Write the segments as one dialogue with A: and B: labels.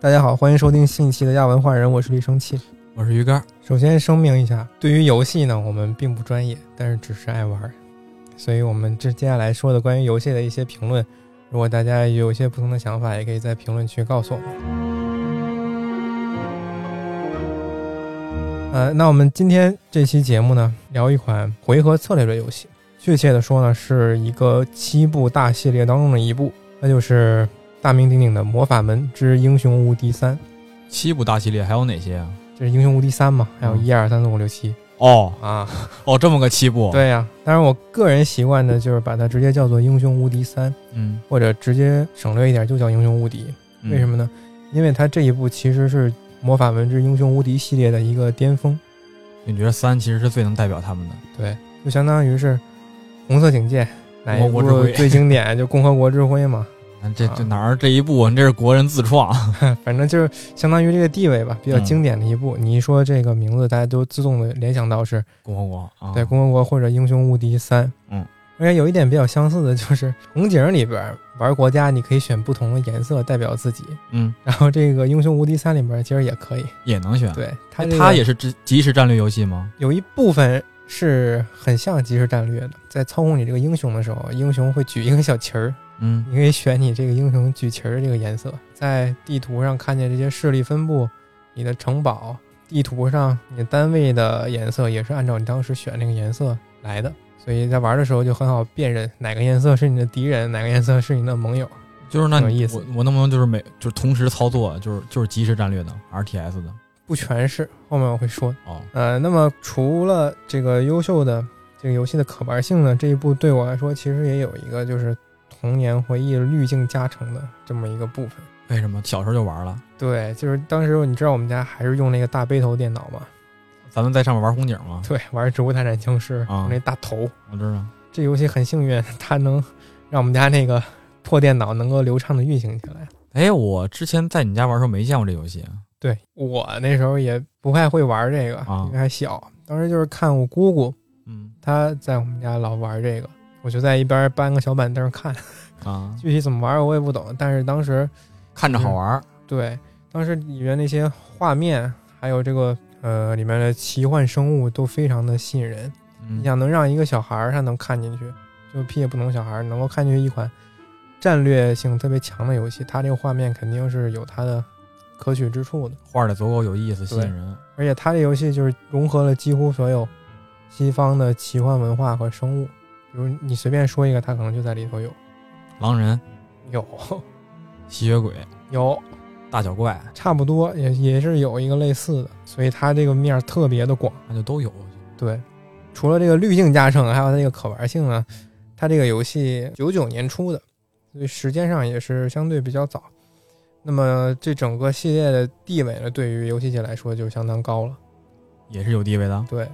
A: 大家好，欢迎收听新一期的亚文化人，我是李生气。
B: 我是鱼竿儿，
A: 首先声明一下，对于游戏呢，我们并不专业，但是只是爱玩儿，所以我们这接下来说的关于游戏的一些评论，如果大家有一些不同的想法，也可以在评论区告诉我们。呃，那我们今天这期节目呢，聊一款回合策略类游戏，确切的说呢，是一个七部大系列当中的一部，那就是大名鼎鼎的《魔法门之英雄无敌三》，
B: 七部大系列还有哪些啊？
A: 这是英雄无敌三嘛，还
B: 嗯
A: 有一二三四五六七
B: 哦
A: 啊。
B: 哦，这么个七部，，
A: 对呀、当然我个人习惯的就是把它直接叫做《英雄无敌三》，
B: 嗯，
A: 或者直接省略一点就叫《英雄无敌》。
B: 嗯
A: 为什么？呢？因为它这一部其实是《魔法文之英雄无敌》系列的一个巅峰，
B: 你觉得三其实是最能代表他们的？
A: 对，就相当于是《红色警戒》哪一
B: 共和国
A: 部
B: 之辉
A: 最经典？就《共和国之辉》嘛，
B: 啊这
A: 啊
B: 这哪儿这一部？你这是国人自创，
A: 反正就是相当于这个地位吧，比较
B: 嗯
A: 经典的一部。你一说这个名字，大家都自动的联想到是
B: 共和国啊，
A: 对，《共和国》或者《英雄无敌三》。
B: 嗯，
A: 而且有一点比较相似的就是， 红警里边玩国家，你可以选不同的颜色代表自己，
B: 嗯，
A: 然后这个《英雄无敌三》里边其实也可以。
B: 也能选。
A: 对，它
B: 哎，
A: 这个
B: 它也是即即时战略游戏吗？
A: 有一部分是很像即时战略的，在操控你这个英雄的时候，英雄会举一个小旗儿，
B: 嗯，
A: 你可以选你这个英雄举旗儿的这个颜色，在地图上看见这些势力分布，你的城堡地图上你单位的颜色也是按照你当时选那个颜色来的，所以在玩的时候就很好辨认哪个颜色是你的敌人，哪个颜色是你的盟友。
B: 就是那
A: 有
B: 你
A: 意思
B: 我我能不能就是每就是同时操作，就是就是即时战略的 RTS 的？
A: 不全是，后面我会说。
B: 哦，
A: 呃，那么除了这个优秀的这个游戏的可玩性呢，这一部对我来说其实也有一个就是童年回忆滤镜加成的这么一个部分。
B: 为什么小时候就玩了？
A: 对，就是当时你知道我们家还是用那个大背头电脑嘛，
B: 咱们在上面玩红警吗？
A: 对，玩《植物大战僵尸》
B: 啊
A: 那大头，
B: 我知道，
A: 这游戏很幸运，它能让我们家那个破电脑能够流畅的运行起来。
B: 哎，我之前在你家玩的时候没见过这游戏，
A: 对我那时候也不太会玩这个，
B: 啊
A: 因为还小，当时就是看我姑姑
B: 嗯
A: 她在我们家老玩这个，我就在一边搬个小板凳看，
B: 啊，
A: 具体怎么玩我也不懂，但是当时
B: 看着好玩，
A: 对当时里面那些画面，还有这个呃里面的奇幻生物都非常的吸引人。
B: 嗯
A: 你想能让一个小孩儿他能看进去，就屁也不懂小孩儿能够看进去一款战略性特别强的游戏，它这个画面肯定是有它的可取之处的。
B: 画的足够有意思，吸引
A: 对
B: 人。
A: 而且它这游戏就是融合了几乎所有西方的奇幻文化和生物，比如你随便说一个，它可能就在里头有
B: 狼人、
A: 有
B: 吸血鬼、
A: 有，
B: 大脚怪，
A: 差不多也也是有一个类似的，所以它这个面儿特别的广。
B: 那就都有。
A: 对，除了这个滤镜加成，还有它这个可玩性呢，它这个游戏九九年出的，所以时间上也是相对比较早。那么这整个系列的地位呢，对于游戏界来说就相当高了。
B: 也是有地位的。啊
A: 对，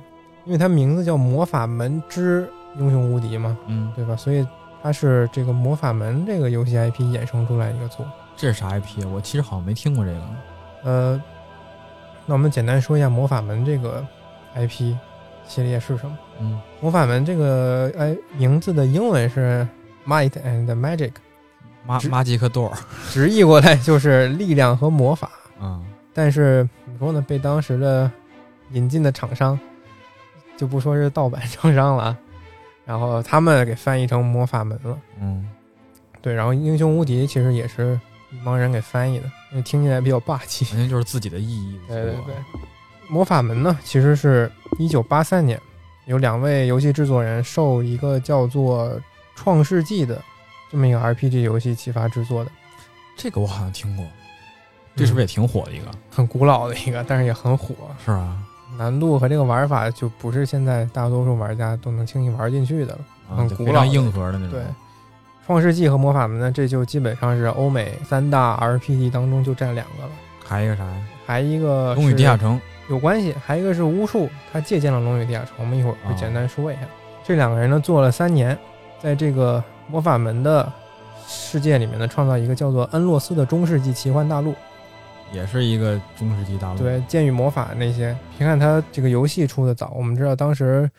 A: 因为它名字叫《魔法门之英雄无敌》嘛，
B: 嗯，
A: 对吧？所以它是这个魔法门这个游戏 IP 衍生出来一个作品。
B: 这是啥 IP？我其实好像没听过这个。
A: 呃，那我们简单说一下魔法门这个 IP 系列是什么。
B: 嗯，
A: 魔法门这个哎名字的英文是 Might and Magic，
B: 马
A: 直
B: 马吉克豆儿。
A: 直译过来就是力量和魔法。
B: 嗯，
A: 但是怎么说呢，被当时的引进的厂商，就不说是盗版厂商了啊， 然后他们给翻译成魔法门了。
B: 嗯，
A: 对，然后英雄无敌其实也是一帮人给翻译的，因为听起来比较霸气。
B: 肯定就是自己的意义。
A: 对对对，魔法门呢，其实是一九八三年有两位游戏制作人受一个叫做《创世纪》的这么一个 RPG 游戏启发制作的，
B: 这个我好像听过。这是不是也
A: 嗯
B: 挺火的一个？
A: 很古老的一个，但是也很火，
B: 是啊，
A: 难度和这个玩法就不是现在大多数玩家都能轻易玩进去的了。
B: 啊
A: 很
B: 就
A: 古
B: 非
A: 老
B: 常
A: 的
B: 硬核的那种。
A: 对，《创世纪》和魔法门呢，这就基本上是欧美三大 RPG 当中就占两个了，
B: 还有一个啥呀？
A: 还一个
B: 《龙与
A: 啊是
B: 地下城》
A: 有关系，还有一个是巫术，他借鉴了《龙与地下城》，我们一会儿会简单说一下。这两个人呢做了三年，在这个魔法门的世界里面呢，创造一个叫做恩洛斯的中世纪奇幻大陆。
B: 也是一个中世纪大陆。
A: 对，剑与魔法那些，别看他这个游戏出的早，我们知道当时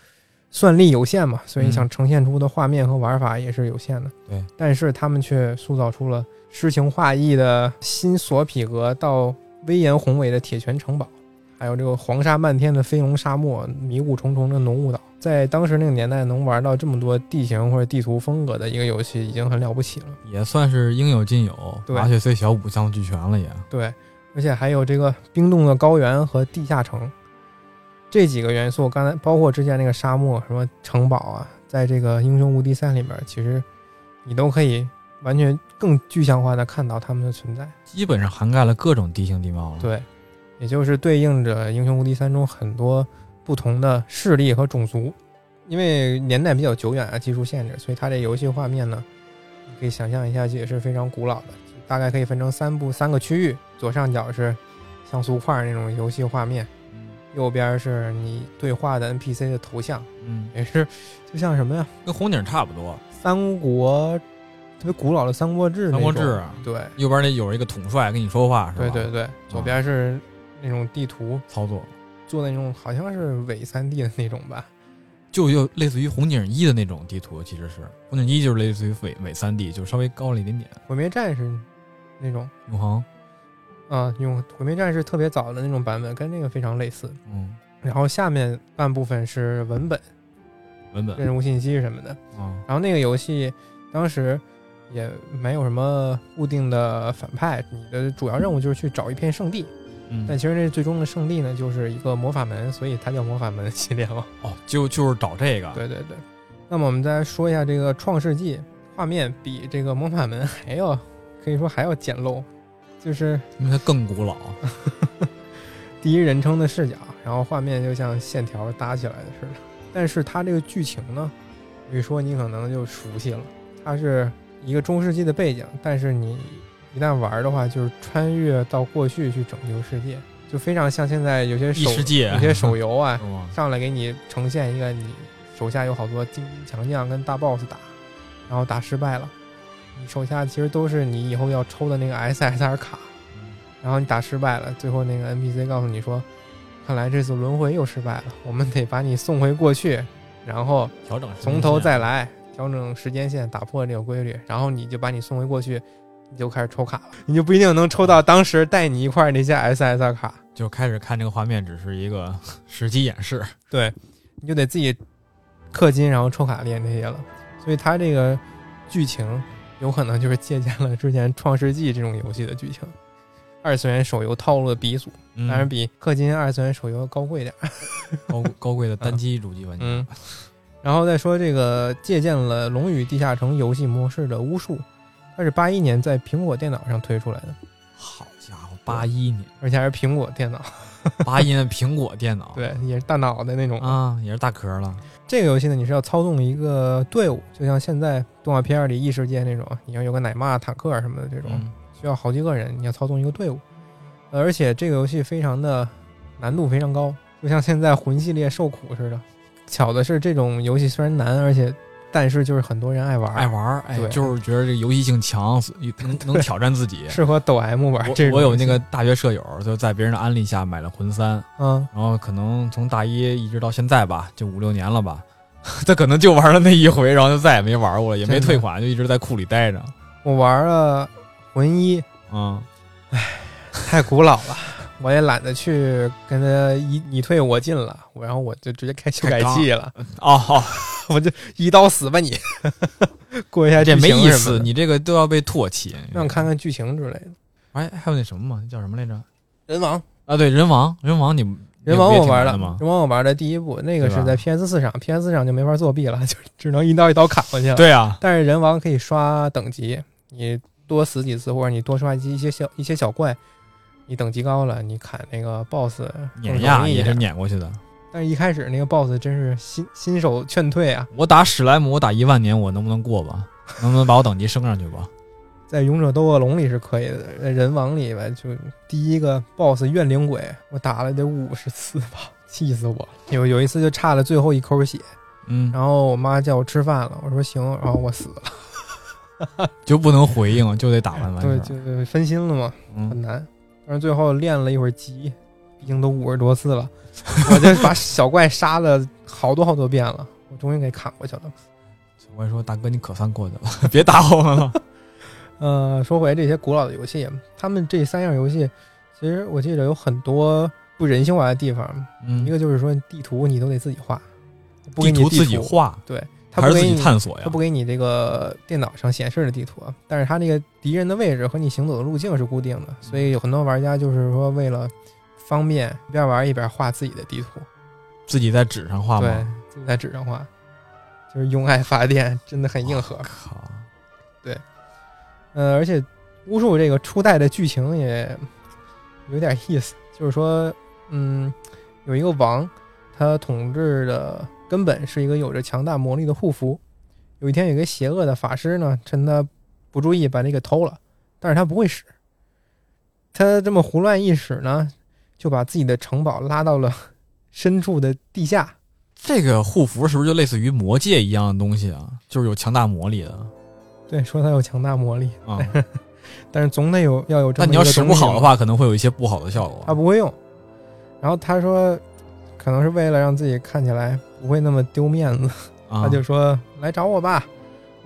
A: 算力有限嘛，所以
B: 嗯
A: 想呈现出的画面和玩法也是有限的。
B: 对，
A: 但是他们却塑造出了诗情画意的新索匹格到威严宏伟的铁拳城堡，还有这个黄沙漫天的飞龙沙漠、迷雾重重的浓雾岛。在当时那个年代，能玩到这么多地形或者地图风格的一个游戏，已经很了不起了。
B: 也算是应有尽有，
A: 对
B: 麻雀虽小，五脏俱全了也。
A: 对，而且还有这个冰冻的高原和地下城这几个元素，刚才包括之前那个沙漠、什么城堡啊，在这个《英雄无敌三》里面，其实你都可以完全更具象化的看到它们的存在。
B: 基本上涵盖了各种地形地貌了。，
A: 对，也就是对应着《英雄无敌三》中很多不同的势力和种族。因为年代比较久远啊，技术限制，所以它这游戏画面呢，你可以想象一下，也是非常古老的。大概可以分成三部三个区域，左上角是像素块那种游戏画面，右边是你对话的 NPC 的头像，
B: 嗯，
A: 也是就像什么呀，
B: 跟红顶差不多。
A: 三国特别古老的《三国志》那
B: 三国
A: 种
B: 志啊
A: 对
B: 右边那有一个统帅跟你说话，是吧？
A: 对对对，左边是那种地图，
B: 操作
A: 做那种好像是伪三 D 的那种吧，
B: 就又类似于红警一的那种地图，其实是红警一就是类似于伪伪三 D，就稍微高了一点点。
A: 毁灭战士那种
B: 永恒，
A: 啊，用毁灭战士特别早的那种版本，跟那个非常类似。
B: 嗯，
A: 然后下面半部分是文本、
B: 文本
A: 任务信息什么的。
B: 啊，
A: 然后那个游戏当时也没有什么固定的反派，你的主要任务就是去找一片圣地。但
B: 嗯，
A: 其实那最终的圣地呢，就是一个魔法门，所以它叫魔法门系列嘛。
B: 哦，就就是找这个，
A: 对对对。那么我们再说一下这个《创世纪》，画面比这个《魔法门》还要，可以说还要简陋，就是
B: 因为它更古老。
A: 第一人称的视角，然后画面就像线条搭起来的似的。但是它这个剧情呢，比如说你可能就熟悉了，它是一个中世纪的背景，但是你一旦玩的话，就是穿越到过去去拯救世界，就非常像现在有些
B: 异
A: 手
B: 世界
A: 有些手游啊
B: 是，吗？
A: 上来给你呈现一个你手下有好多精兵强将跟大 boss 打，然后打失败了，你手下其实都是你以后要抽的那个 SSR 卡，然后你打失败了，最后那个 NPC 告诉你说，看来这次轮回又失败了，我们得把你送回过去，然后
B: 调整
A: 从头再来，调整时间线，打破这个规律，然后你就把你送回过去，你就开始抽卡了，你就不一定能抽到当时带你一块儿那些 SSR 卡。
B: 就开始看这个画面，只是一个 实际演示。
A: 对，你就得自己氪金，然后抽卡练这些了。所以它这个剧情有可能就是借鉴了之前《创世纪》这种游戏的剧情，二次元手游套路的鼻祖，
B: 嗯
A: 当然比氪金二次元手游高贵点儿。
B: 高高贵的单机主机玩家，
A: 嗯，然后再说这个借鉴了《龙与地下城》游戏模式的巫术，它是八一年在苹果电脑上推出来的，
B: 好家伙，八一年，
A: 而且还是苹果电脑，
B: 八一年的苹果电脑，
A: 对，也是大脑袋那种。
B: 啊，也是大壳了。
A: 这个游戏呢，你是要操纵一个队伍，就像现在动画片儿里异世界那种，你要有个奶妈、坦克什么的这种，
B: 嗯，
A: 需要好几个人，你要操纵一个队伍。呃而且这个游戏非常的难度非常高，就像现在魂系列受苦似的。巧的是，这种游戏虽然难，而且但是就是很多人爱玩，
B: 爱玩儿，哎，
A: 对
B: 就是觉得这游戏性强，所以能能挑战自己。
A: 适合抖 M 玩
B: 我
A: 这种
B: 我有那
A: 游戏
B: 个大学舍友，就在别人的安利下买了《魂三》，
A: 嗯，
B: 然后可能从大一一直到现在吧，就五六年了吧。 他可能就玩了那一回，然后就再也没玩过了，也没
A: 真的
B: 退款，就一直在库里待着。
A: 我玩了魂一，
B: 嗯，
A: 太古老了， 我也懒得去跟他一你退我进了，我然后我就直接开修改器了。
B: 哦，哦
A: 我就一刀死吧你， 过一下
B: 这
A: 剧
B: 没
A: 情
B: 意
A: 什么
B: 思，
A: 的
B: 你这个都要被唾弃。
A: 让我看看剧情之类的。
B: 哎，还有那什么嘛，叫什么来着？
A: 人王，
B: 啊，对，人王，人王你，
A: 人王我玩
B: 了
A: 了，
B: 吗？
A: 人王我玩的第一部，那个
B: 对吧
A: 是在 PS 四上，PS 四上就没法作弊了， 就只能一刀一刀砍过去了。，
B: 对啊，
A: 但是人王可以刷等级，你多死几次或者你多刷一些小一些小怪，你等级高了，你砍那个 BOSS 更
B: 碾压
A: 容易一
B: 也是
A: 点。
B: 碾过去的。
A: 但是一开始那个 BOSS 真是新新手劝退啊，
B: 我打史莱姆，我打一万年，我能不能 过吧？能不能把我等级升上去吧？
A: 在《勇者斗恶龙》里是可以的，在《人王》里吧，就第一个 BOSS 怨灵鬼，我打了得五十次吧，气死我了。有有一次就差了最后一口血，
B: 嗯，
A: 然后我妈叫我吃饭了，我说行，然后我死了，
B: 就不能回应，就得打完完
A: 对，
B: 事儿。
A: 就分心了嘛，很
B: 嗯，
A: 难。但是最后练了一会儿级， 毕竟都五十多次了，我就把小怪杀了好多好多遍了，我终于给砍过去了。
B: 我也说大哥你可算过去了， 别打我们 了。
A: 呃，说回来这些古老的游戏，他们这三样游戏，其实我记得有很多不人性化的地方。
B: 嗯
A: 一，个就是说地图你都得自己画，不给
B: 地
A: 你
B: 图自己，画
A: 他
B: 还
A: 不
B: 是
A: 给
B: 自己
A: 你，
B: 探索呀
A: 他？不给你这个电脑上显示的地图啊，但是他这个敌人的位置和你行走的路径是固定的，所以有很多玩家就是说为了方便，一边玩一边画自己的地图，
B: 自己在纸上画
A: 对
B: 吗？，
A: 自己在纸上画，就是用爱发电，真的很硬核。
B: 靠，
A: 呃，而且巫术这个初代的剧情也有点意思，就是说，嗯，有一个王，他统治的根本是一个有着强大魔力的护符。有一天，有一个邪恶的法师呢，趁他不注意把这给偷了，但是他不会使，他这么胡乱一使呢，就把自己的城堡拉到了深处的地下。
B: 这个护符是不是就类似于魔戒一样的东西啊？就是有强大魔力的
A: 对，说他有强大魔力，
B: 啊。
A: 但是总得有要有这
B: 但
A: 么一个
B: 你要
A: 东西
B: 使不好
A: 嘛
B: 的话，可能会有一些不好的效果。
A: 他啊不会用。然后他说，可能是为了让自己看起来不会那么丢面子，
B: 啊，
A: 他就说：“来找我吧，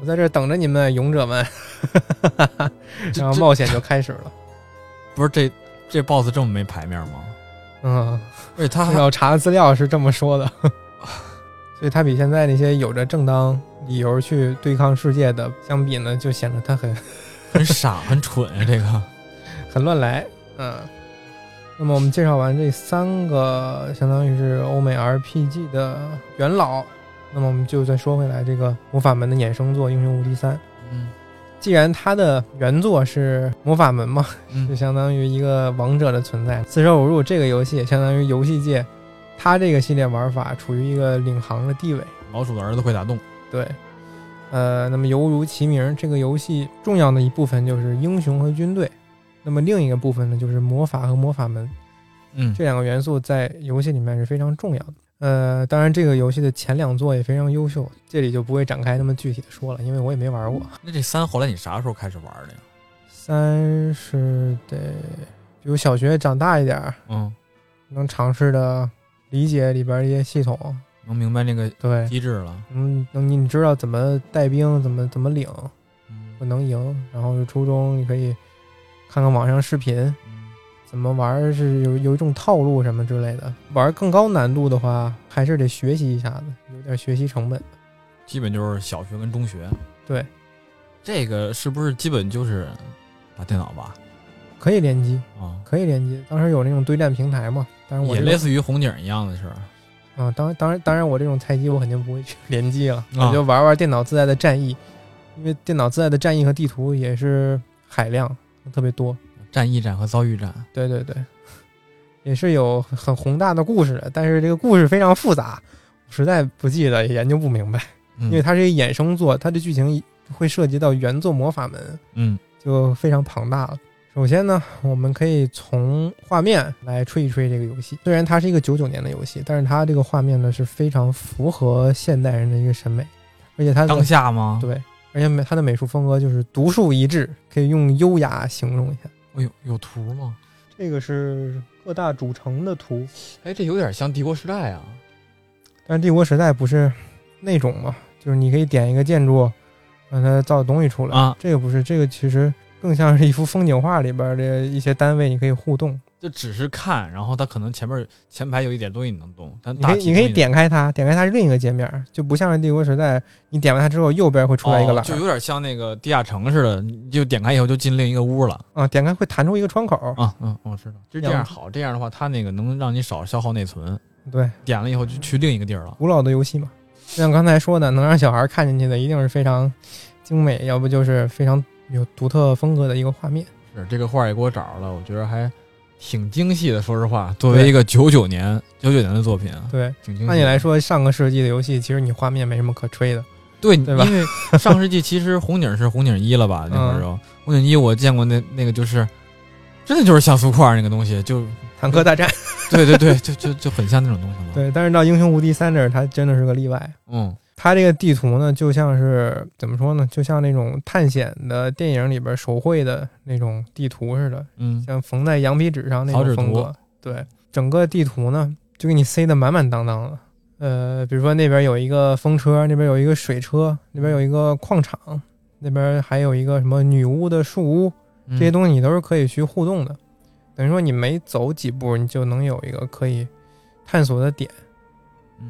A: 我在这儿等着你们，勇者 们。”然后
B: 这
A: 冒险就开始了。
B: 不是这这 boss 这么没牌面吗？
A: 嗯，
B: 而且他
A: 至
B: 还
A: 少查的资料是这么说的。所以他比现在那些有着正当理由去对抗世界的相比呢，就显得他很
B: 很傻很蠢啊，这个
A: 很乱来。嗯，那么我们介绍完这三个，相当于是欧美 RPG 的元老。那么我们就再说回来，这个魔法门的衍生作《英雄无敌三》，
B: 嗯
A: 既然它的原作是魔法门嘛， 就
B: 嗯
A: 相当于一个王者的存在。四舍五入，这个游戏也相当于游戏界，它这个系列玩法处于一个领航的地位。
B: 老鼠的儿子会打洞，
A: 对，呃，那么犹如其名，这个游戏重要的一部分就是英雄和军队，那么另一个部分呢就是魔法和魔法门
B: 嗯
A: 这两个元素在游戏里面是非常重要的。呃，当然这个游戏的前两作也非常优秀，这里就不会展开那么具体的说了，因为我也没玩过。
B: 那这三后来你啥时候开始玩的呀？
A: 三是得，比如小学长大一点儿，
B: 嗯，
A: 能尝试的理解里边儿一些系统，
B: 能明白那个
A: 对，
B: 机制了。
A: 嗯，能你知道怎么带兵，怎么怎么领，
B: 嗯
A: 不能赢。然后初中你可以看看网上视频，
B: 嗯
A: 怎么玩儿是有有一种套路什么之类的。玩儿更高难度的话，还是得学习一下子，有点学习成本。
B: 基本就是小学跟中学。
A: 对，
B: 这个是不是基本就是打电脑吧？
A: 可以联机，
B: 啊，
A: 可以联机。当时有那种对战平台嘛，但是我
B: 也
A: 这
B: 类
A: 个
B: 似于红警一样的是吧。
A: 啊，当然当然当然，我这种菜鸡我肯定不会去 联机了，
B: 啊
A: 我就玩玩电脑自带的战役，因为电脑自带的战役和地图也是海量，特别多。
B: 战役战和遭遇战，
A: 对对对，也是有很宏大的故事的，但是这个故事非常复杂，我实在不记得，也研究不明白，
B: 嗯
A: 因为它是一个衍生作，它的剧情会涉及到原作魔法门，
B: 嗯
A: 就非常庞大了。首先呢，我们可以从画面来吹一吹这个游戏。虽然它是一个九九年的游戏，但是它这个画面呢是非常符合现代人的一个审美，而且它的
B: 当下吗？
A: 对，而且美它的美术风格就是独树一帜，可以用优雅形容一下。
B: 哎呦，有图吗？
A: 这个是各大主城的图，
B: 哎，这有点像帝国时代啊。
A: 但是帝国时代不是那种嘛，就是你可以点一个建筑，让它造东西出来。
B: 啊，
A: 这个不是，这个其实更像是一幅风景画里边的一些单位，你可以互动。
B: 就只是看，然后它可能前面前排有一点东西你能动，但
A: 你可
B: 大
A: 以
B: 体
A: 你可以
B: 东西
A: 点开它，点开它是另一个界面，就不像是帝国时代，你点完它之后右边会出来一个
B: 哦
A: 栏
B: 就
A: 儿、
B: 有点像那个地下城似的，你就点开以后就进另一个屋了。
A: 啊，点开会弹出一个窗口，
B: 啊，嗯，我知道，就这样好，这样的话它那个能让你少消耗内存，
A: 对，
B: 点了以后就去另一个地儿了。
A: 古老的游戏嘛。就像刚才说的，能让小孩看进去的一定是非常精美，要不就是非常有独特风格的一个画面。
B: 是这个画也给我找着了，我觉得还挺精细的。说实话，作为一个九九年九九年的作品，啊
A: 对，
B: 挺精细。
A: 按理来，说，上个世纪的游戏其实你画面没什么可吹的。
B: 对，
A: 对吧嗯
B: 因 为上世纪其实红警是红警一了吧？那会儿就红警一，我见过那那个就是，真的就是像素块儿那个东西，就
A: 坦克大战，
B: 对对对，就就就很像那种东西了。，
A: 对，但是到《英雄无敌三》这儿，它真的是个例外。
B: 嗯，
A: 它这个地图呢，就像是怎么说呢，就像那种探险的电影里边手绘的那种地图似的，
B: 嗯，
A: 像缝在羊皮纸上那种风
B: 草
A: 格。对，整个地图呢就给你塞得满满当当的，呃，比如说那边有一个风车，那边有一个水车，那边有一个矿场，那边还有一个什么女巫的树屋，这些
B: 嗯
A: 东西你都是可以去互动的。等于说你每走几步，你就能有一个可以探索的点。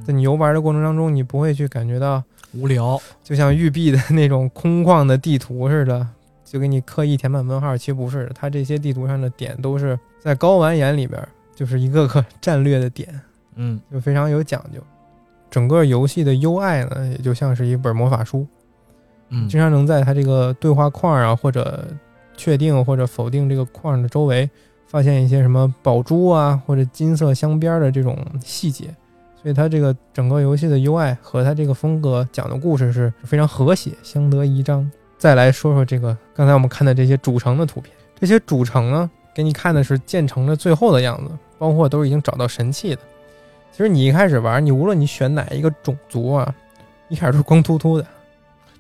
A: 在
B: 嗯
A: 你游玩的过程当中，你不会去感觉到
B: 无聊，
A: 就像育碧的那种空旷的地图似的，就给你刻意填满问号。其实不是的，它这些地图上的点都是在高玩眼里边儿就是一个个战略的点，
B: 嗯
A: 就非常有讲究。整个游戏的 UI 呢，也就像是一本魔法书，
B: 嗯，
A: 经常能在它这个对话框啊，或者确定或者否定这个框的周围，发现一些什么宝珠啊，或者金色镶边的这种细节。所以它这个整个游戏的 UI 和它这个风格讲的故事是非常和谐，相得益彰。再来说说这个刚才我们看的这些主城的图片，这些主城呢，给你看的是建成的最后的样子，包括都已经找到神器的。其实你一开始玩，你无论你选哪一个种族啊，一开始都是光秃秃的。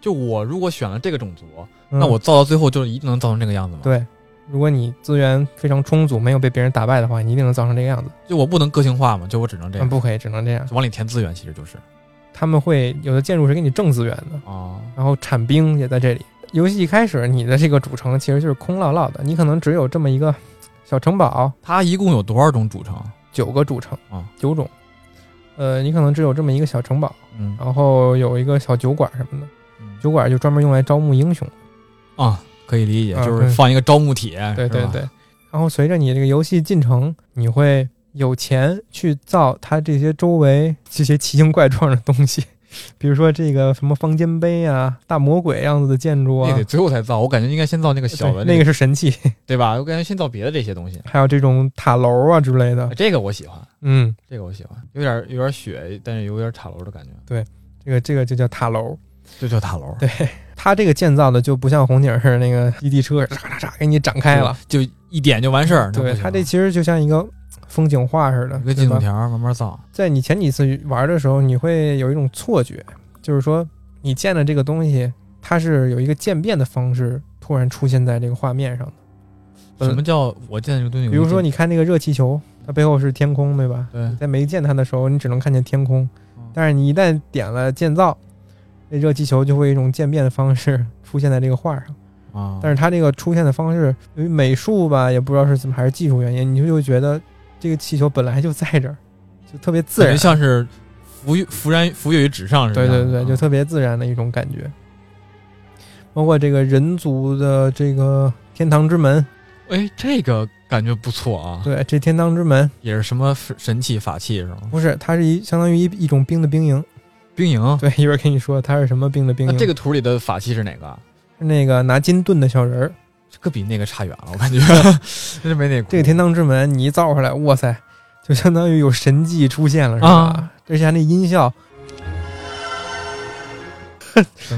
B: 就我如果选了这个种族，
A: 嗯
B: 那我造到最后就一定能造成这个样子吗？，
A: 对，如果你资源非常充足，没有被别人打败的话，你一定能造成这个样子。
B: 就我不能个性化嘛，就我只能这
A: 嗯，
B: 样，
A: 不可以，只能这样。
B: 就往里填资源，其实就是
A: 他们会有的建筑是给你挣资源的，
B: 啊，
A: 然后产兵也在这里。游戏一开始，你的这个主城其实就是空落落的，你可能只有这么一个小城堡，
B: 它一共有多少种主城？
A: 九个主城
B: 啊，
A: 九种。呃，你可能只有这么一个小城堡，
B: 嗯
A: 然后有一个小酒馆什么的，
B: 嗯
A: 酒馆就专门用来招募英雄。
B: 啊，可以理解，
A: 啊
B: 就是放一个招募帖，
A: 对
B: 是
A: 对
B: 吧，
A: 对。然后随着你这个游戏进程，你会有钱去造它这些周围这些奇形怪状的东西，比如说这个什么方尖碑啊、大魔鬼样子的建筑啊
B: 那得，最后才造，我感觉应该先造那个小的
A: 对那
B: 个，
A: 个是神器，
B: 对吧？我感觉先造别的这些东西，
A: 还有这种塔楼啊之类的
B: 啊。这个我喜欢，
A: 嗯，
B: 这个我喜欢，有点有点雪，但是有点塔楼的感觉，
A: 这个这个就叫塔楼。
B: 就叫塔楼，
A: 对，它这个建造的就不像红警似的那个基地车，嚓嚓嚓给你展开了。
B: 就一点就完事儿。那不
A: 对，
B: 行
A: 它这其实就像一个风景画似的，
B: 一个
A: 对
B: 进
A: 吧
B: 度条慢慢造，
A: 在你前几次玩的时候，你会有一种错觉，就是说你建的这个东西，它是有一个渐变的方式突然出现在这个画面上的。本
B: 什么叫我建这个东西？
A: 嗯比如说，你看那个热气球，它背后是天空，对吧？
B: 对
A: 你在没建它的时候，你只能看见天空
B: 嗯，
A: 但是你一旦点了建造，那热气球就会有一种渐变的方式出现在这个画上。
B: 啊，
A: 但是它这个出现的方式，由于美术吧，也不知道是怎么还是技术原因，你就会觉得这个气球本来就在这儿，就特别自
B: 感
A: 然
B: 觉。像是浮于浮然浮跃于纸上似的。
A: 对对对，就
B: 啊
A: 特别自然的一种感觉。包括这个人族的这个天堂之门，
B: 哎，这个感觉不错啊，
A: 对，这天堂之门
B: 也是什么神器法器是吗？
A: 不是，它是一相当于一一种兵的兵营。
B: 兵营。
A: 对，一会儿跟你说它是什么兵的兵
B: 那
A: 营。
B: 啊这个图里的法器是哪个？
A: 是那个拿金盾的小人儿，
B: 这个比那个差远了，我 感觉真是没那
A: 这个天堂之门你一造出来，哇塞，就相当于有神迹出现了，是吧？
B: 啊
A: 而且它那音效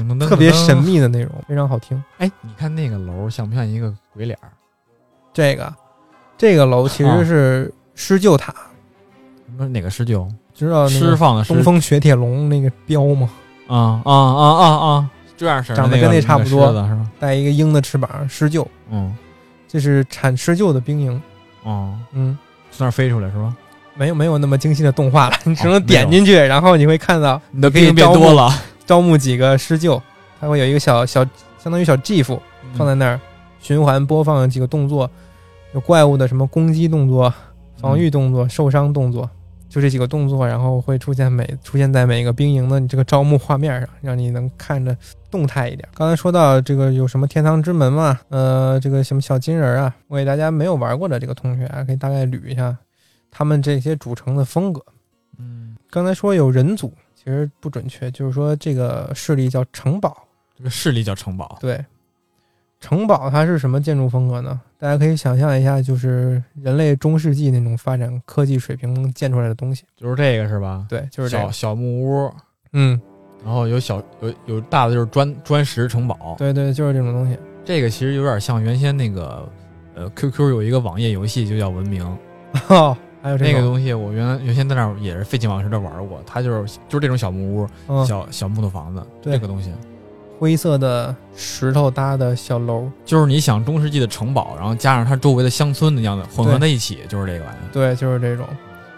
B: 堂
A: 特别神。秘的那种，非常好听。
B: 哎，你看那个楼像不像一个鬼脸儿？
A: 这个这个楼其实
B: 啊
A: 是施救塔，
B: 什么哦哪个施救？
A: 知道那
B: 释
A: 个
B: 放的施
A: 东风雪铁龙那个标吗？
B: 啊啊啊啊啊！这样式儿的
A: 长得
B: 那个
A: 跟那差不多
B: 那个狮子是吧？
A: 带一个鹰的翅膀施救，
B: 嗯
A: 这是产施救的兵营。
B: 嗯，
A: 嗯，
B: 从那儿飞出来是吧？
A: 没有没有那么精细的动画了，你只能
B: 哦没有
A: 点进去，然后你会看到
B: 你的
A: 可以
B: 兵变
A: 招募
B: 多了，
A: 招募几个施救，它会有一个小小相当于小 GIF
B: 嗯
A: 放在那儿、循环播放几个动作，有怪物的什么攻击动作、
B: 嗯
A: 防御动作、受伤动作，就这几个动作，然后会出现每出现在每个兵营的你这个招募画面上，让你能看着动态一点。刚才说到这个有什么天堂之门嘛，呃，这个什么小金人啊，我给大家没有玩过的这个同学啊，可以大概捋一下他们这些主城的风格。
B: 嗯，
A: 刚才说有人族，其实不准确，就是说这个势力叫城堡。
B: 这个势力叫城堡，
A: 对，城堡它是什么建筑风格呢？大家可以想象一下，就是人类中世纪那种发展科技水平能建出来的东西。
B: 就是这个是吧？
A: 对，就是这
B: 小
A: 个。
B: 小木屋，
A: 嗯，
B: 然后有小有有大的就是砖砖石城堡，
A: 对对，就是这种东西。
B: 这个其实有点像原先那个呃 QQ 有一个网页游戏就叫文明，
A: 哦，还有这
B: 那个
A: 种
B: 东西我原来原先在那儿也是废寝忘食的玩过，它就是就是这种小木屋、
A: 嗯，
B: 小小木头房子，
A: 对
B: 这个东西
A: 灰色的石头搭的小楼。
B: 就是你想中世纪的城堡，然后加上它周围的乡村的样子混合在一起，就是这个玩意儿。
A: 对，就是这种。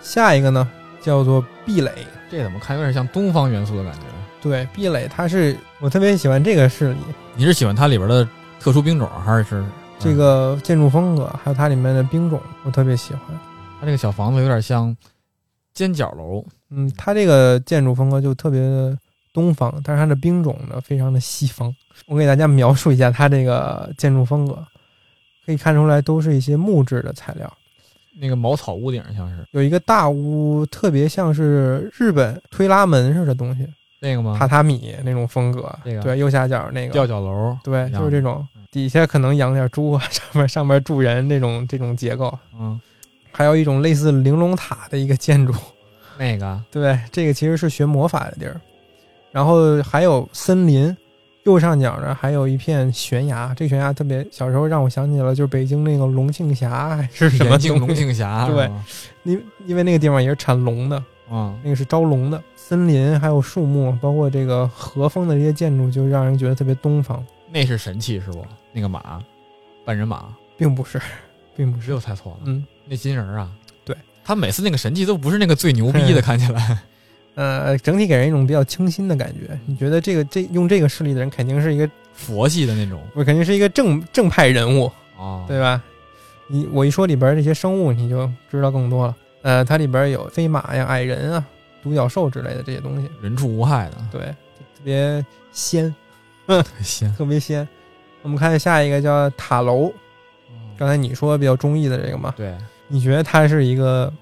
A: 下一个呢，叫做壁垒，
B: 这怎么看有点像东方元素的感觉？
A: 对，壁垒它是我特别喜欢这个势力，
B: 你是喜欢它里边的特殊兵种，还是
A: 这个建筑风格，还有它里面的兵种，我特别喜欢。
B: 嗯它这个小房子有点像尖角楼？
A: 嗯，它这个建筑风格就特别的东方，但是它的兵种呢非常的西方。我给大家描述一下它这个建筑风格，可以看出来都是一些木质的材料。
B: 那个茅草屋顶像是
A: 有一个大屋，特别像是日本推拉门似的东西，
B: 那个吗？
A: 榻榻米那种风格。
B: 啊这个
A: 对，右下角那
B: 吊
A: 个，
B: 嗯脚楼，
A: 对，
B: 一样
A: 就是这种，底下可能养点猪啊，上面上面住人这种这种结构。
B: 嗯，
A: 还有一种类似玲珑塔的一个建筑，
B: 那个
A: 对，这个其实是学魔法的地儿。然后还有森林，右上角呢还有一片悬崖，这个悬崖特别，小时候让我想起了就是北京那个龙庆峡 还是什么
B: 眼镜
A: 东
B: 龙
A: 西，
B: 镜峡，
A: 对
B: 是吗，
A: 因因为那个地方也是产龙的，
B: 嗯，
A: 那个是招龙的。森林还有树木，包括这个和风的这些建筑，就让人觉得特别东方，
B: 那是神器是不？那个马，半人马，
A: 并不是， 并不
B: 只
A: 是，
B: 有猜错了，
A: 嗯
B: 那金人啊，
A: 对嗯
B: 他每次那个神器都不是那个最牛逼的，看起来，
A: 呃，整体给人一种比较清新的感觉。你觉得这个这用这个势力的人，肯定是一个
B: 佛系的那种
A: 不肯定是一个正正派人物，
B: 啊，
A: 对吧？你我一说里边这些生物，你就知道更多了。呃，它里边有飞马呀、矮人啊、独角兽之类的这些东西，
B: 人畜无害的，
A: 对，特别鲜，
B: 行，
A: 特别鲜。我们看下一个叫塔楼，刚才你说比较中意的这个嘛，
B: 嗯对，
A: 你觉得它是一个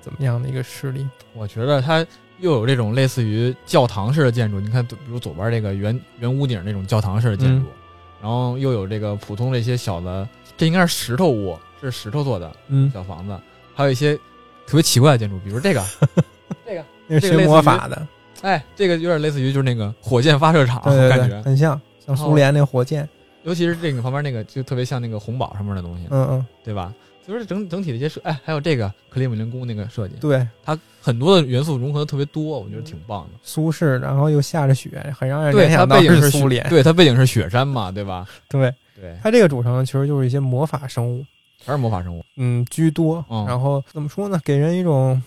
A: 怎么样的一个势力？
B: 我觉得它又有这种类似于教堂式的建筑，你看，比如左边这个圆圆屋顶那种教堂式的建
A: 嗯
B: 筑，然后又有这个普通的一些小的，这应该是石头屋，这是石头做的
A: 嗯，
B: 小房子，还有一些特别奇怪的建筑，比如这个，这个，
A: 那是
B: 这
A: 学
B: 个类似于
A: 魔法的，
B: 哎，这个有点类似于就是那个火箭发射场
A: 对对
B: 啊感
A: 对，
B: 觉，哦
A: 很像像苏联那火箭，
B: 尤其是这个旁边那个就特别像那个红堡上面的东西，
A: 嗯嗯，
B: 对吧？就是整整体的一些设，哎，还有这个克里姆林宫那个设计，
A: 对，
B: 它很多的元素融合的特别多，我觉得挺棒的。
A: 苏式，然后又下着雪，很让人
B: 对，
A: 联
B: 它
A: 想到
B: 背景是
A: 苏联，
B: 对，它背景是雪山嘛，对吧？
A: 对。
B: 对，
A: 它这个组成其实就是一些魔法生物，
B: 全是魔法 生物。
A: 嗯，居多。
B: 嗯
A: 然后怎么说呢，给人一种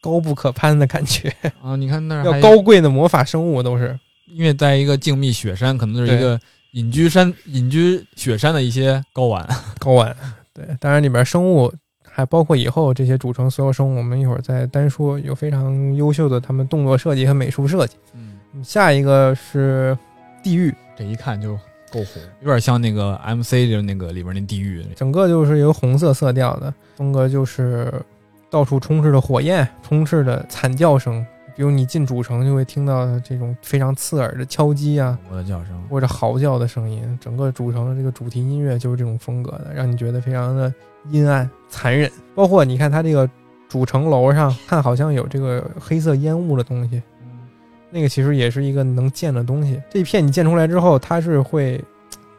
A: 高不可攀的感觉，
B: 啊，你看那儿
A: 要
B: 还，
A: 高贵的魔法生物都是。
B: 因为在一个静谧雪山，可能就是
A: 对
B: 一个隐居山、隐居雪山的一些高玩。
A: 高玩。对，当然里边生物还包括以后这些组成所有生物，我们一会儿再单说。有非常优秀的他们动作设计和美术设计。
B: 嗯，
A: 嗯下一个是地狱，
B: 这一看就够红，有点像那个 MC 就是那个里边那地狱。
A: 整个就是一个红色色调的风格，就是到处充斥着火焰，充斥着惨叫声。比如你进主城就会听到这种非常刺耳的敲击啊，
B: 我的叫声，
A: 或者嚎叫的声音，整个主城的这个主题音乐就是这种风格的，让你觉得非常的阴暗、残忍。包括你看它这个主城楼上，看好像有这个黑色烟雾的东西，那个其实也是一个能建的东西。这一片你建出来之后，它是会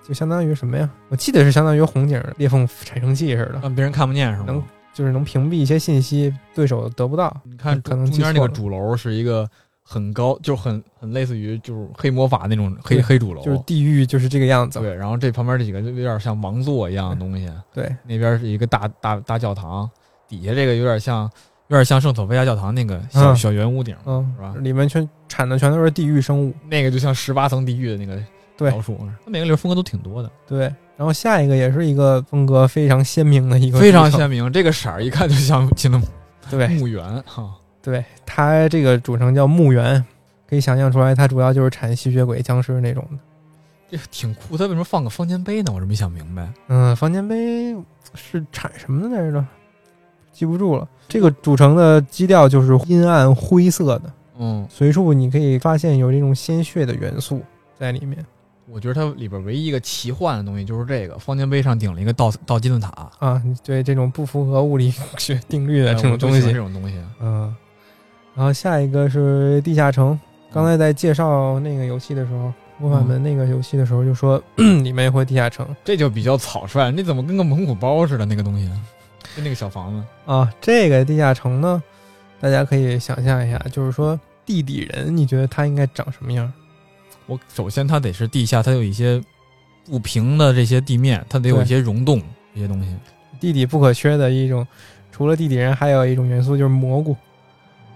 A: 就相当于什么呀？我记得是相当于红警裂缝产生器似的，
B: 让别人看不见是
A: 能
B: 吗？
A: 就是能屏蔽一些信息，对手得不到。
B: 你看
A: 可能
B: 中中间
A: 记
B: 那
A: 错
B: 个
A: 了
B: 主楼是一个很高，就很很类似于就是黑魔法那种黑
A: 对
B: 黑主楼，
A: 就是地狱就是这个样子。
B: 对。然后这旁边这几个就有点像王座一样的东西。
A: 对，
B: 那边是一个大大大教堂，底下这个有点像有点像圣索菲亚教堂那个小、
A: 嗯
B: 小圆屋顶，是吧
A: 嗯，里面全产的全都是地狱生物。
B: 那个就像十八层地狱的那个
A: 对
B: 老鼠，它每个里边风格都挺多的，
A: 对，然后下一个也是一个风格非常鲜明的一个，哎
B: 非常。鲜嗯明。这个色儿一看就像进了
A: 对
B: 墓园哈，
A: 对，它这个主城叫墓园，可以想象出来，它主要就是产吸血鬼、僵尸那种的。
B: 这挺酷。它为什么放个方尖碑呢？我是没想明白。
A: 嗯，房间杯是产什么的来着？记不住了。这个主城的基调就是阴暗灰色的，
B: 嗯，
A: 随处你可以发现有这种鲜血的元素在里面
B: 我觉得它里边唯一一个奇幻的东西就是这个方尖碑上顶了一个倒倒金字塔，
A: 啊。对这种不符合物理 学定律的
B: 哎
A: 这种
B: 我就
A: 东
B: 喜欢
A: 西
B: 这，种东西。
A: 嗯。然后下一个是地下城，刚
B: 嗯
A: 才在介绍那个游戏的时候，魔法门那个游戏的时候，就说、 里面会地下城
B: 这就比较草率，那怎么跟个蒙古包似的那个东西？就那个小房子，
A: 啊。这个地下城呢，大家可以想象一下，就是说地底人，你觉得他应该长什么样？
B: 我首先它得是地下，它有一些不平的这些地面，它得有
A: 对
B: 一些溶洞这些东西。
A: 地底不可缺的一种，除了地底人，还有一种元素就是蘑菇。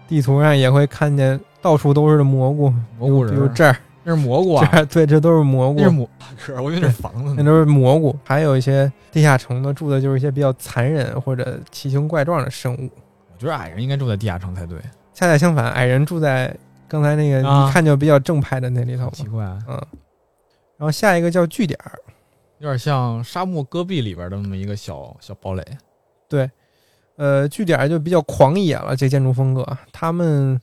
A: 地图上也会看见到处都是蘑菇，
B: 蘑菇
A: 比如
B: 人，
A: 这儿，
B: 那是蘑菇
A: 这
B: 啊，
A: 儿，对，这都是蘑
B: 那是
A: 菇，
B: 蘑菇， 我以为那是房子
A: 那
B: 呢。
A: 都是蘑菇。还有一些地下城呢，住的就是一些比较残忍或者奇形怪状的生物。
B: 我觉得矮人应该住在地下城才对，
A: 恰恰相反，矮人住在刚才那个
B: 啊
A: 一看就比较正派的那里头
B: 好
A: 嘛。
B: 奇怪，啊，
A: 嗯，然后下一个叫据点儿，
B: 有点像沙漠戈壁里边的那么一个小小堡垒。
A: 呃，据点儿就比较狂野了，这建筑风格。他们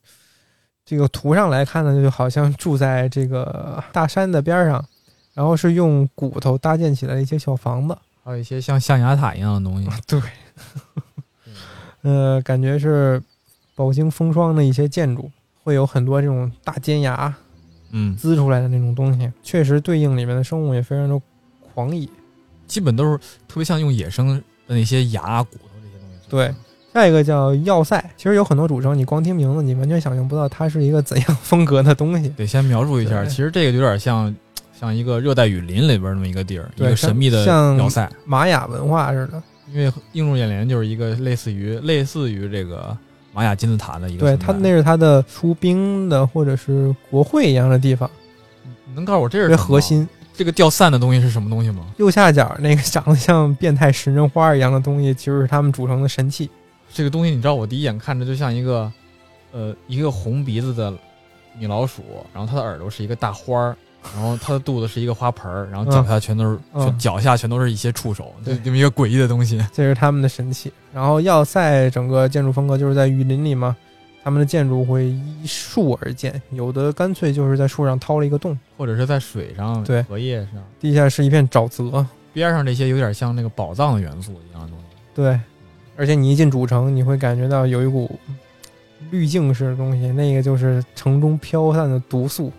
A: 这个图上来看呢，就好像住在这个大山的边儿上，然后是用骨头搭建起来的一些小房子。
B: 还有一些像象牙塔一样的 东西，
A: 对，呃，感觉是饱经风霜的一些建筑，会有很多这种大尖牙
B: 嗯，
A: 滋出来的那种东西，确实对应里面的生物也非常的狂野。
B: 基本都是特别像用野生的那些牙、骨头这些东西做的。
A: 对下一个叫要塞，其实有很多主张，你光听名字，你完全想象不到它是一个怎样风格的东西。
B: 得先描述一下，
A: 对
B: 其实这个有点像像一个热带雨林里边那么一个地儿，一
A: 对
B: 个神秘的
A: 像
B: 要塞。
A: 玛雅文化似的，
B: 因为映入眼帘就是一个类似于类似于这个玛雅金字塔的一个
A: 对
B: 存在。
A: 它那是它的出兵的或者是国会一样的地方，
B: 你能告诉我这是
A: 特别
B: 什么吗
A: 核？心。
B: 这个掉散的东西是什么东西吗？
A: 右下角那个长得像变态食人花一样的东西，就是他们组成的神器。
B: 这个东西你知道，我第一眼看着就像一个呃一个红鼻子的米老鼠，然后它的耳朵是一个大花儿。然后它的肚子是一个花盆儿，然后脚下全都是、
A: 嗯嗯
B: 脚下全都是一些触手，就
A: 对
B: 这么一个诡异的东西。
A: 这是他们的神器。然后要塞整个建筑风格就是在雨林里嘛，他们的建筑会依树而建，有的干脆就是在树上掏了一个洞，
B: 或者是在水上、
A: 对
B: 荷叶上，
A: 地下是一片沼泽。
B: 边上这些有点像那个宝藏的元素一样的东西。
A: 对，而且你一进主城，你会感觉到有一股滤镜式的东西，那个就是城中飘散的毒素。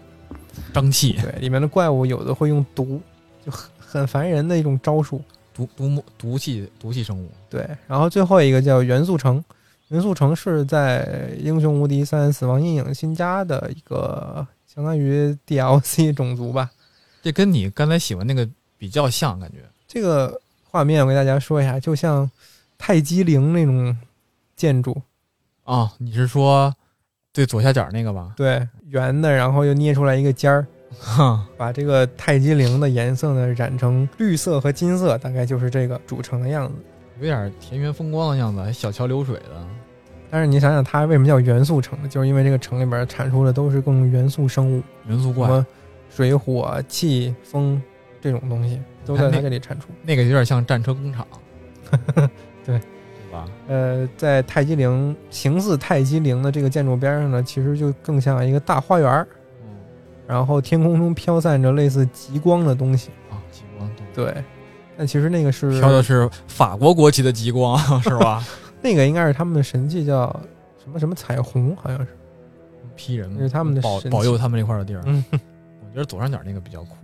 B: 瘴气、
A: 对，里面的怪物有的会用毒，就很很烦人的一种招数。
B: 毒毒魔、毒气、毒气生物。
A: 对，然后最后一个叫元素城，元素城是在《英雄无敌三：死亡阴影》新加的一个相当于 DLC 种族吧。
B: 这跟你刚才喜欢那个比较像，感觉
A: 这个画面我给大家说一下，就像泰姬陵那种建筑，
B: 啊、你是说最左下角那个吧？
A: 对，圆的，然后又捏出来一个尖儿，
B: 哼，
A: 把这个泰姬陵的颜色呢染成绿色和金色，大概就是这个主城的样子。
B: 有点田园风光的样子，还小桥流水的。
A: 但是你想想，它为什么叫元素城呢？就是因为这个城里边产出的都是各种元素生物，
B: 元素
A: 什
B: 怪
A: 么水、火、气、风这种东西都在
B: 你看
A: 它
B: 那
A: 这里产出。
B: 那个有点像战车工厂，
A: 对
B: 对吧？
A: 呃，在泰姬陵形似泰姬陵的这个建筑边上呢，其实就更像一个大花园儿，
B: 嗯
A: 然后天空中飘散着类似极光的东西。
B: 啊，极光对
A: 对，但其实那个是
B: 飘的是法国国旗的极光， 是吧？
A: 那个应该是他们的神器，叫什么什么彩虹，好像是。
B: 批人
A: 这是他们的
B: 保
A: 神奇
B: 保佑他们这块的地儿。
A: 嗯，
B: 我觉得左上角那个比较酷。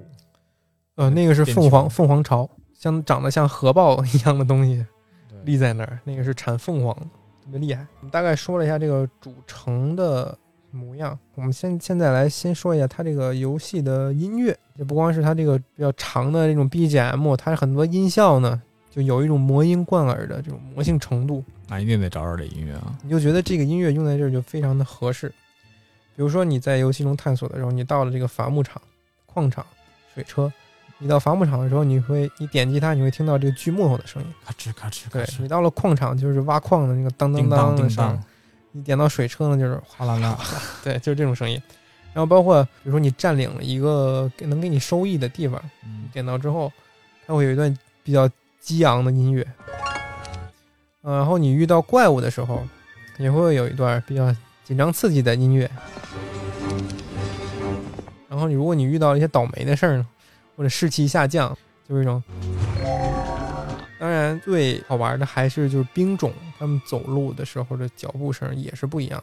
A: 呃，那个是
B: 变
A: 凤凰
B: 球
A: 凤凰巢，像长得像核爆一样的东西
B: 对
A: 立在那儿， 那个是产凤凰的，特别厉害。我们大概说了一下这个主城的模样，我们先现在来先说一下它这个游戏的音乐，也不光是它这个比较长的那种 BGM，它很多音效呢，就有一种魔音贯耳的这种魔性程度，
B: 那一定得找找这音乐啊。
A: 你就觉得这个音乐用在这儿就非常的合适。比如说你在游戏中探索的时候，你到了这个伐木场、矿场、水车，你到伐木场的时候，你会你点击它，你会听到这个锯木头的声音。
B: 咔哧咔哧咔
A: 对
B: 哧
A: 你，到了矿场，就是挖矿的那个当当
B: 叮当
A: 当的
B: 叮
A: 声音
B: 当。，
A: 你点到水车呢，就是
B: 哗啦啦，
A: 对，就是这种声音。然后包括比如说你占领了一个给能给你收益的地方，
B: 嗯，
A: 点到之后，它会有一段比较激昂的音乐。嗯，然后你遇到怪物的时候，也会有一段比较紧张刺激的音乐。然后你如果你遇到一些倒霉的事儿呢，或者士气下降，就是一种。当然，最好玩的还是就是兵种，他们走路的时候的脚步声也是不一样。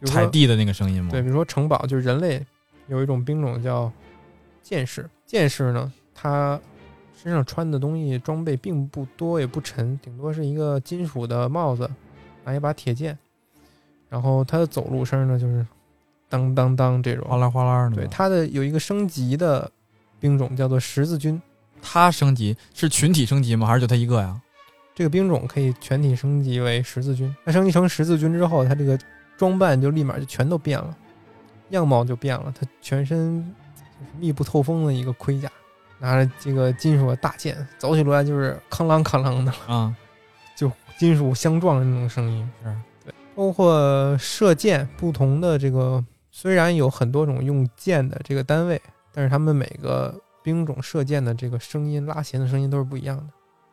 A: 比如说
B: 踩地的那个声音吗？
A: 对，比如说城堡，就是人类有一种兵种叫剑士。剑士呢，他身上穿的东西装备并不多，也不沉，顶多是一个金属的帽子，拿一把铁剑。然后他的走路声呢，就是当当当这
B: 哗
A: 种。
B: 啦哗啦的。
A: 对，，他的有一个升级的兵种叫做十字军，
B: 它升级是群体升级吗？还是就它一个呀？
A: 这个兵种可以全体升级为十字军。那升级成十字军之后，它这个装扮就立马就全都变了，样貌就变了。它全身就是密不透风的一个盔甲，拿着这个金属的大剑，走起路来就是哐啷哐啷的，
B: 啊，
A: 就金属相撞的那种声音。
B: 是
A: 对，包括射箭，不同的这个虽然有很多种用箭的这个单位，但是他们每个兵种射箭的这个声音、拉弦的声音都是不一样的。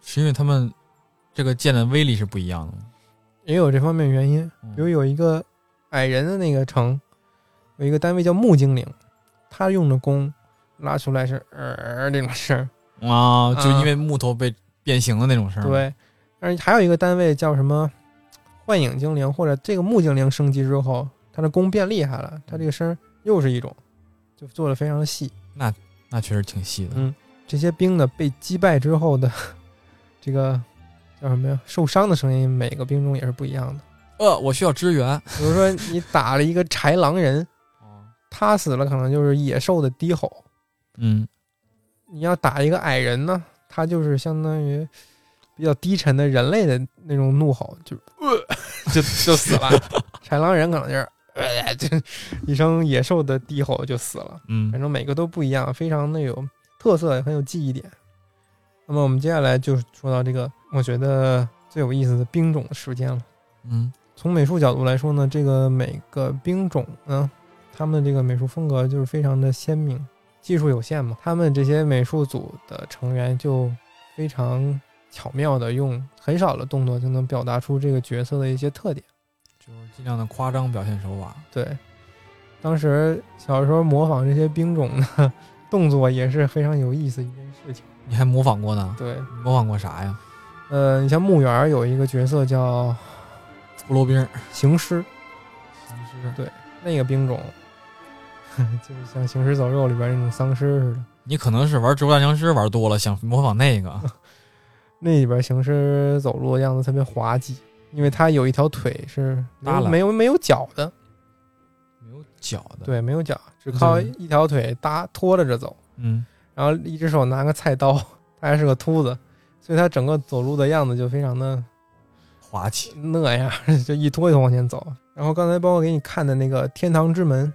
B: 是因为他们这个剑的威力是不一样的吗。
A: 也有这方面原因。
B: 嗯
A: 比如有一个矮人的那个城，有一个单位叫木精灵，他用的弓拉出来是呃这种声儿。
B: 啊，就
A: 啊
B: 因为木头被变形的那种事儿。，
A: 对，而还有一个单位叫什么幻影精灵，或者这个木精灵升级之后，他的弓变厉害了，他这个声儿又是一种，就做的非常的细。
B: 那确实挺细的。
A: 嗯，这些兵呢被击败之后的这个叫什么呀？受伤的声音，每个兵种也是不一样的。
B: 呃，我需要支援。
A: 比如说你打了一个豺狼人。他死了可能就是野兽的低吼，
B: 嗯，
A: 你要打一个矮人呢，他就是相当于比较低沉的人类的那种怒吼，就、呃、就就死了。豺狼人可能就是呃，就一声野兽的低吼就死了。反
B: 嗯，
A: 正每个都不一样，非常的有特色，也很有记忆点。那么我们接下来就说到这个，我觉得最有意思的兵种的时间了。
B: 嗯，
A: 从美术角度来说呢，这个每个兵种呢，他们这个美术风格就是非常的鲜明。技术有限嘛，他们这些美术组的成员就非常巧妙的用很少的动作就能表达出这个角色的一些特点。
B: 就是尽量的夸张表现手法。
A: 对，当时小时候模仿这些兵种的动作也是非常有意思一件事情。
B: 你还模仿过呢？
A: 对，
B: 你模仿过啥呀？
A: 呃，你像墓园儿有一个角色叫
B: 骷髅兵儿。
A: 行尸，
B: 丧尸，
A: 那个兵种 就是像《行尸走肉》里边那种丧尸似的。
B: 你可能是玩《植物大僵尸》玩多了，想模仿那 个。
A: 那里边行尸走路的样子特别滑稽，因为他有一条腿是没
B: 耷
A: 有
B: 拉
A: 没有没有脚的，
B: 没有脚的。，
A: 对，没有脚，只靠
B: 嗯
A: 一条腿搭拖着着走，
B: 嗯，
A: 然后一只手拿个菜刀，他还是个秃子，所以他整个走路的样子就非常的
B: 滑稽。
A: 那样， 就一拖一拖往前走。然后刚才包括给你看的那个《天堂之门》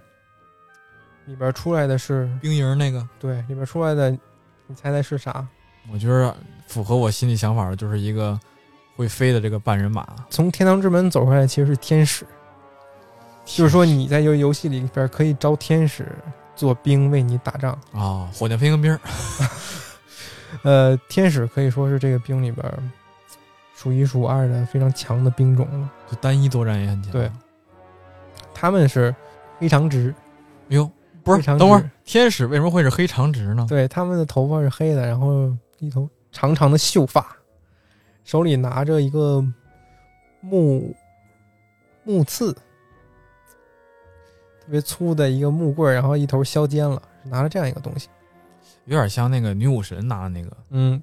A: 里边出来的是，
B: 冰营那个，
A: 对，里边出来的，你猜猜是啥？
B: 我觉得符合我心里想法的就是一个会飞的这个半人马。
A: 从天堂之门走出来的其实是天使，就是说你在游游戏里边可以招天使做兵为你打仗。
B: 啊，火箭飞行兵儿。
A: 呃，天使可以说是这个兵里边儿数一数二的非常强的兵种了。
B: 就单一作战也很强。
A: 对
B: 哎
A: 他们是黑长直，
B: 呦，不是
A: 非，常
B: 等会
A: 直
B: 儿天使为什么会是黑长直呢？
A: 对，他们的头发是黑的，然后一头长长的秀发，手里拿着一个木木刺，特别粗的一个木棍儿，然后一头削尖了，拿着这样一个东西。
B: 有点像那个女武神拿的那个。
A: 嗯，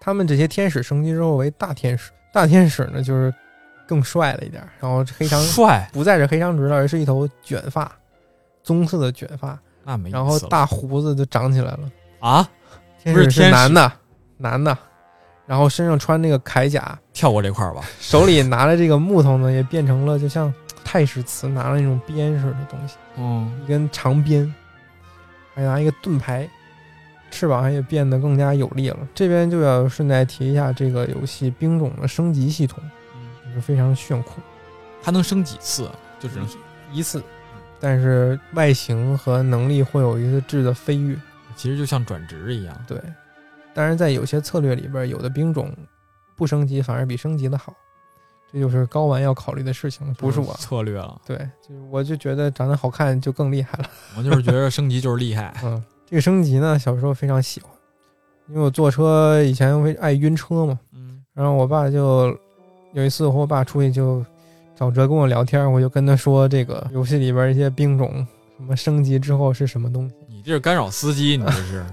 A: 他们这些天使升级之后为大天使，大天使呢就是更帅了一点儿，然后黑 长
B: 帅，
A: 不再是黑长直了，而是一头卷发，棕色的卷发，
B: 那没意思
A: 然后
B: 了
A: 大胡子就长起来了。
B: 啊，
A: 天
B: 不是
A: 使
B: 天使
A: 男的，男的，然后身上穿那个铠甲，
B: 跳过这块儿吧。
A: 手里拿着这个木头呢，也变成了就像太史慈拿了那种鞭似的东西，
B: 嗯，
A: 一根长鞭，还拿一个盾牌，翅膀也变得更加有力了。这边就要顺带提一下这个游戏兵种的升级系统，就是非常炫酷，
B: 它能升几次？就只能
A: 一次，但是外形和能力会有一个质的飞跃。
B: 其实就像转职一样。
A: 对，当然在有些策略里边，有的兵种不升级反而比升级的好，这就是高玩要考虑的事情了，不是我。
B: 策略了，
A: 对，就是我就觉得长得好看就更厉害了。。
B: 我就是觉得升级就是厉害
A: 嗯，这个升级呢，小时候非常喜欢，因为我坐车以前会爱晕车嘛，
B: 嗯，
A: 然后我爸就有一次我和我爸出去就找哲跟我聊天，我就跟他说这个游戏里边一些兵种什么升级之后是什么东西，
B: 你这是干扰司机，你这 是。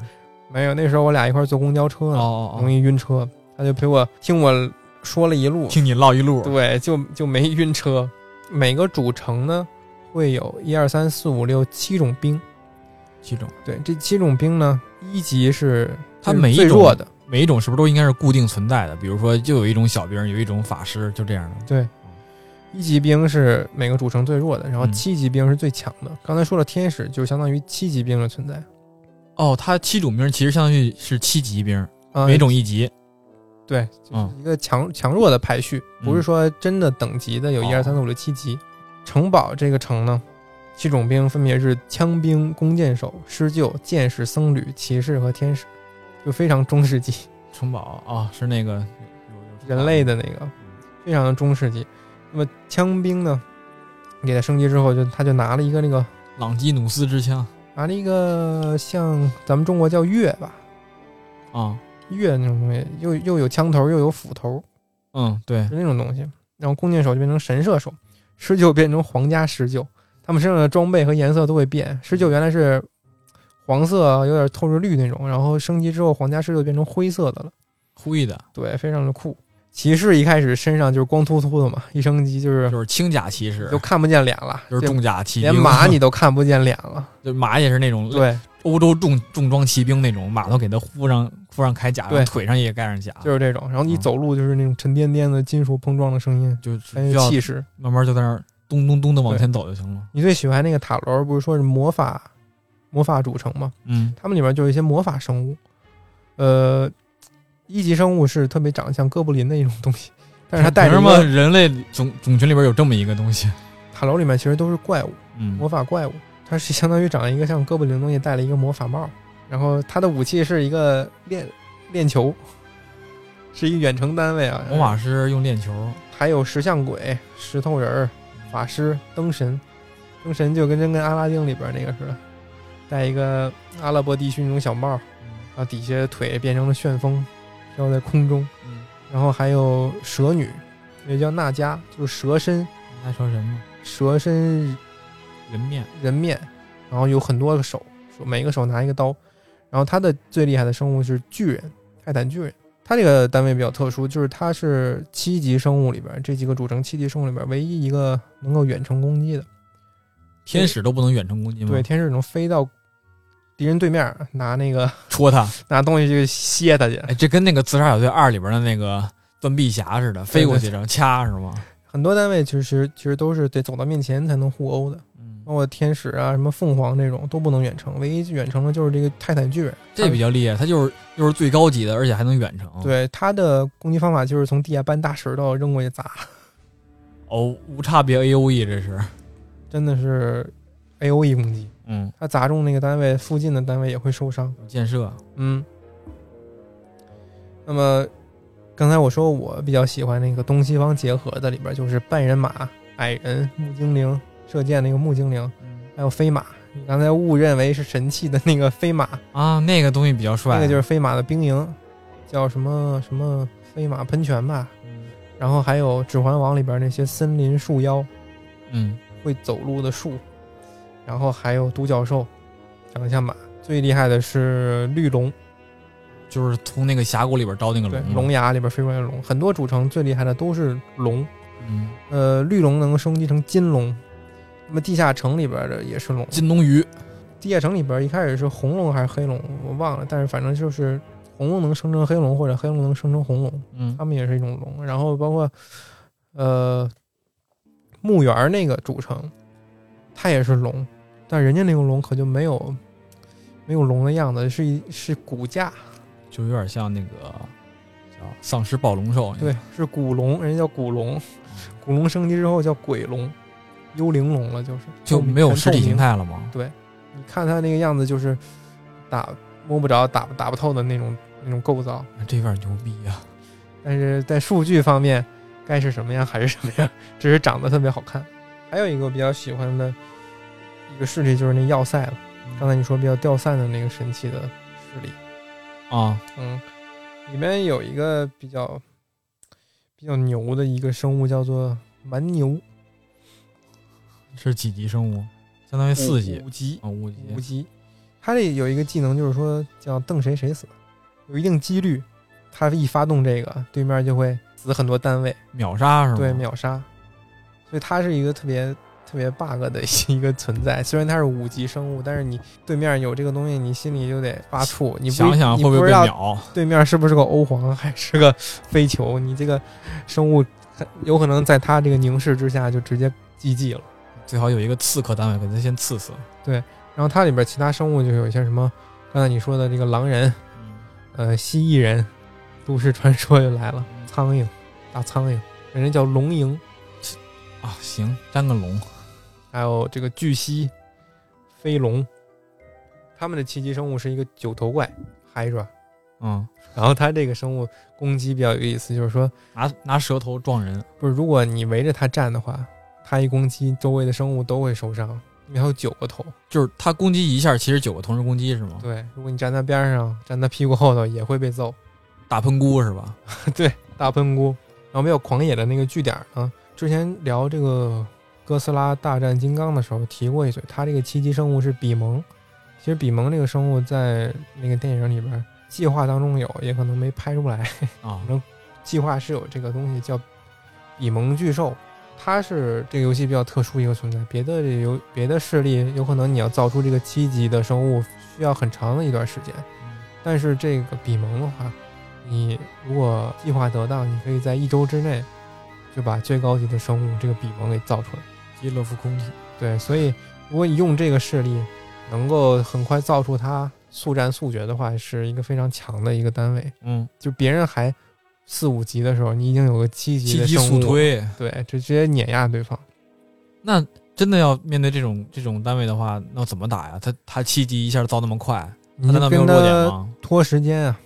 A: 没有，那时候我俩一块儿坐公交车
B: 哦
A: 呢，
B: 哦
A: 容
B: 哦，
A: 易晕车，他就陪我听我说了一路，
B: 听你唠一路。
A: 对，就就没晕车。每个主城呢会有一二三四五六七种兵。
B: 七种，
A: 对，这七种兵呢，一级是
B: 它
A: 最
B: 每一
A: 最
B: 种
A: 弱的，
B: 每一种是不是都应该是固定存在的？比如说，就有一种小兵，有一种法师，就这样的。
A: 对，一级兵是每个主城最弱的，然后
B: 嗯
A: 七级兵是最强的。刚才说了，天使就相当于七级兵的存在，
B: 哦，他七种兵其实相当于是七级兵，
A: 啊，
B: 每种一级。
A: 对，
B: 嗯
A: 一个强强弱的排序，不是
B: 嗯
A: 说真的等级的有一
B: 哦
A: 二三四五六七级。城堡这个城呢，七种兵分别是枪兵、弓箭手、狮鹫、剑士、僧侣、骑士和天使，就非常中世纪
B: 城堡啊、哦，是那个有有
A: 人类的那个，
B: 嗯
A: 非常的中世纪。那么枪兵呢，给它升级之后，就他就拿了一个那个
B: 朗基努斯之枪
A: 拿了一个像咱们中国叫钺吧，
B: 啊、
A: 钺那种东西，又又有枪头又有斧头，
B: 嗯，对，
A: 是那种东西。然后弓箭手就变成神射手，狮鹫变成皇家狮鹫，他们身上的装备和颜色都会变。狮
B: 嗯
A: 鹫原来是黄色，啊有点透着绿那种，然后升级之后，皇家狮鹫变成灰色的了，
B: 灰的，
A: 对，非常的酷。骑士一开始身上就是光秃秃的嘛，一升级就是
B: 就是轻甲骑士，
A: 就看不见脸了，
B: 就是重甲骑兵，
A: 连 马你都看不见脸了。
B: 就马也是那种
A: 对，
B: 欧洲重重装骑兵那种，马都给他糊上糊上铠甲，
A: 对
B: 腿上也盖上甲，
A: 就是这种。然后你
B: 嗯
A: 走路就是那种沉甸甸的金属碰撞的声音，
B: 就
A: 很
B: 需
A: 有
B: 要
A: 气势。
B: 慢慢就在那儿咚咚咚的往前走就行了。
A: 你最喜欢那个塔楼，不是说是魔法魔法主城吗？
B: 嗯，
A: 他们里面就有一些魔法生物，呃，一级生物是特别长得像哥布林的一种东西，但是它带着
B: 凭什
A: 一
B: 么
A: 个
B: 人类种种群里边有这么一个东西？
A: 塔楼里面其实都是怪物，
B: 嗯
A: 魔法怪物，它是相当于长了一个像哥布林的东西，戴了一个魔法帽，然后它的武器是一个链链球，是一远程单位啊，
B: 魔法师用链球，
A: 还有石像鬼、石头人儿、法师、灯神，灯神就跟真跟阿拉丁里边那个似的，戴一个阿拉伯地区那种小帽。
B: 嗯
A: 然后底下腿变成了旋风，飘在空中。
B: 嗯，
A: 然后还有蛇女，也叫娜迦，就是蛇身、
B: 还说什么
A: 蛇身
B: 人面？
A: 人面，然后有很多个手，手每个手拿一个刀。然后它的最厉害的生物是巨人，泰坦巨人。它这个单位比较特殊，就是它是七级生物里边这几个主城七级生物里边唯一一个能够远程攻击的。
B: 天使都不能远程攻击吗？
A: 对，，天使能飞到敌人对面，拿那个
B: 戳他。
A: 拿东西去歇他去。
B: 哎，这跟那个《自杀小队二》里边的那个断臂侠似的，飞过去然后掐是吗？
A: 很多单位其实其实都是得走到面前才能互殴的，
B: 嗯
A: 包，括天使啊、什么凤凰这种都不能远程，唯一远程的就是这个泰坦巨人。
B: 这比较厉害，他就是又是最高级的，而且还能远程。，
A: 对他的攻击方法就是从地下搬大石头扔过去砸，
B: 哦，无差别 A O E 这是，
A: 真的是 A O E 攻击，
B: 嗯，
A: 他砸中那个单位附近的单位也会受伤。
B: 建设，
A: 嗯，那么刚才我说我比较喜欢那个东西方结合的里边，就是半人马、矮人、木精灵、射箭那个木精灵，
B: 嗯
A: 还有飞马。你刚才误认为是神器的那个飞马，
B: 啊，那个东西比较帅，
A: 那个就是飞马的兵营，叫什么什么飞马喷泉吧。
B: 嗯，
A: 然后还有《指环王》里边那些森林树妖，
B: 嗯，
A: 会走路的树，然后还有独角兽，长得像马。最厉害的是绿龙，
B: 就是从那个峡谷里边招那个
A: 对，
B: 龙，
A: 龙，牙里边飞过来的龙。很多主城最厉害的都是龙，
B: 嗯，
A: 呃，绿龙能升级成金龙。那么地下城里边的也是龙，
B: 金龙鱼，
A: 地下城里边一开始是红龙还是黑龙，我忘了，但是反正就是红龙能生成黑龙，或者黑龙能生成红龙。
B: 嗯
A: 他们也是一种龙。然后包括呃墓园儿那个主城，它也是龙，但人家那个龙可就没有没有龙的样子，是一是骨架，
B: 就有点像那个叫丧尸暴龙兽，
A: 对，，是古龙，人家叫古龙，古龙升级之后叫鬼龙，幽灵龙了，就是
B: 就没有实体形。态了吗？
A: 你看它那个样子，就是打摸不着、打不打不透的那种那种构造，
B: 这有点牛逼啊呀，
A: 但是在数据方面，该是什么样还是什么样， 只是长得特别好看。还有一个我比较喜欢的一个势力就是那要塞了，
B: 嗯
A: 刚才你说比较掉散的那个神奇的势力，
B: 啊，
A: 嗯，里面有一个比较比较牛的一个生物叫做蛮牛，
B: 是几级生物？相当于四级
A: 五级，
B: 啊，五级，
A: 嗯五级，它这有一个技能就是说叫瞪谁谁死，有一定几率，它一发动这个，对面就会死很多单位。
B: 秒杀是吗？
A: 对，秒杀。所以它是一个特别特别 bug 的一个 存在。虽然它是五级生物，但是你对面有这个东西，你心里就得发怵。你不
B: 想想会不
A: 你
B: 会
A: 不
B: 被
A: 知道
B: 秒？
A: 对面是不是个欧皇，还是个飞球？你这个生物很有可能在它这个凝视之下就直接 GG 了。
B: 最好有一个刺客单位给他先刺死。
A: 然后它里边其他生物就有一些什么，刚才你说的这个狼人、呃蜥蜴人，都市传说就来了，苍蝇、大苍蝇，人家叫龙蝇，
B: 啊，行，粘个龙，
A: 还有这个巨蜥、飞龙，它们的七级生物是一个九头怪 Hydra。
B: 嗯，
A: 然后它这个生物攻击比较有意思，就是说，
B: 拿拿舌头撞人，
A: 不是如果你围着它站的话，它一攻击，周围的生物都会受伤，因为它有九个头。
B: 就是他攻击一下，其实九个同时攻击是吗？
A: 对，如果你站它边上，站它屁股后头也会被揍。
B: 大喷菇是吧？
A: 大喷菇，然后没有狂野的那个据点呢。之前聊这个哥斯拉大战金刚的时候提过一嘴，它这个七级生物是比蒙。其实比蒙这个生物在那个电影里边计划当中有，也可能没拍出来。
B: 啊，
A: 计划是有这个东西叫比蒙巨兽，它是这个游戏比较特殊一个存在。别的这游别的势力有可能你要造出这个七级的生物需要很长的一段时间，但是这个比蒙的话，你如果计划得当，你可以在一周之内就把最高级的生物这个比蒙给造出来。
B: 基勒夫空体，
A: 对，所以如果你用这个势力能够很快造出它速战速决的话，是一个非常强的一个单位。
B: 嗯，
A: 就别人还四五级的时候，你已经有个七级
B: 七
A: 的
B: 级
A: 生物
B: 速，推。
A: 对，就直接碾压对方。
B: 那真的要面对这种这种单位的话，那怎么打呀？他他七级一下造那么快，他
A: 你
B: 难
A: 就
B: 道没有
A: 跟
B: 弱点
A: 他
B: 吗？
A: 拖时间啊，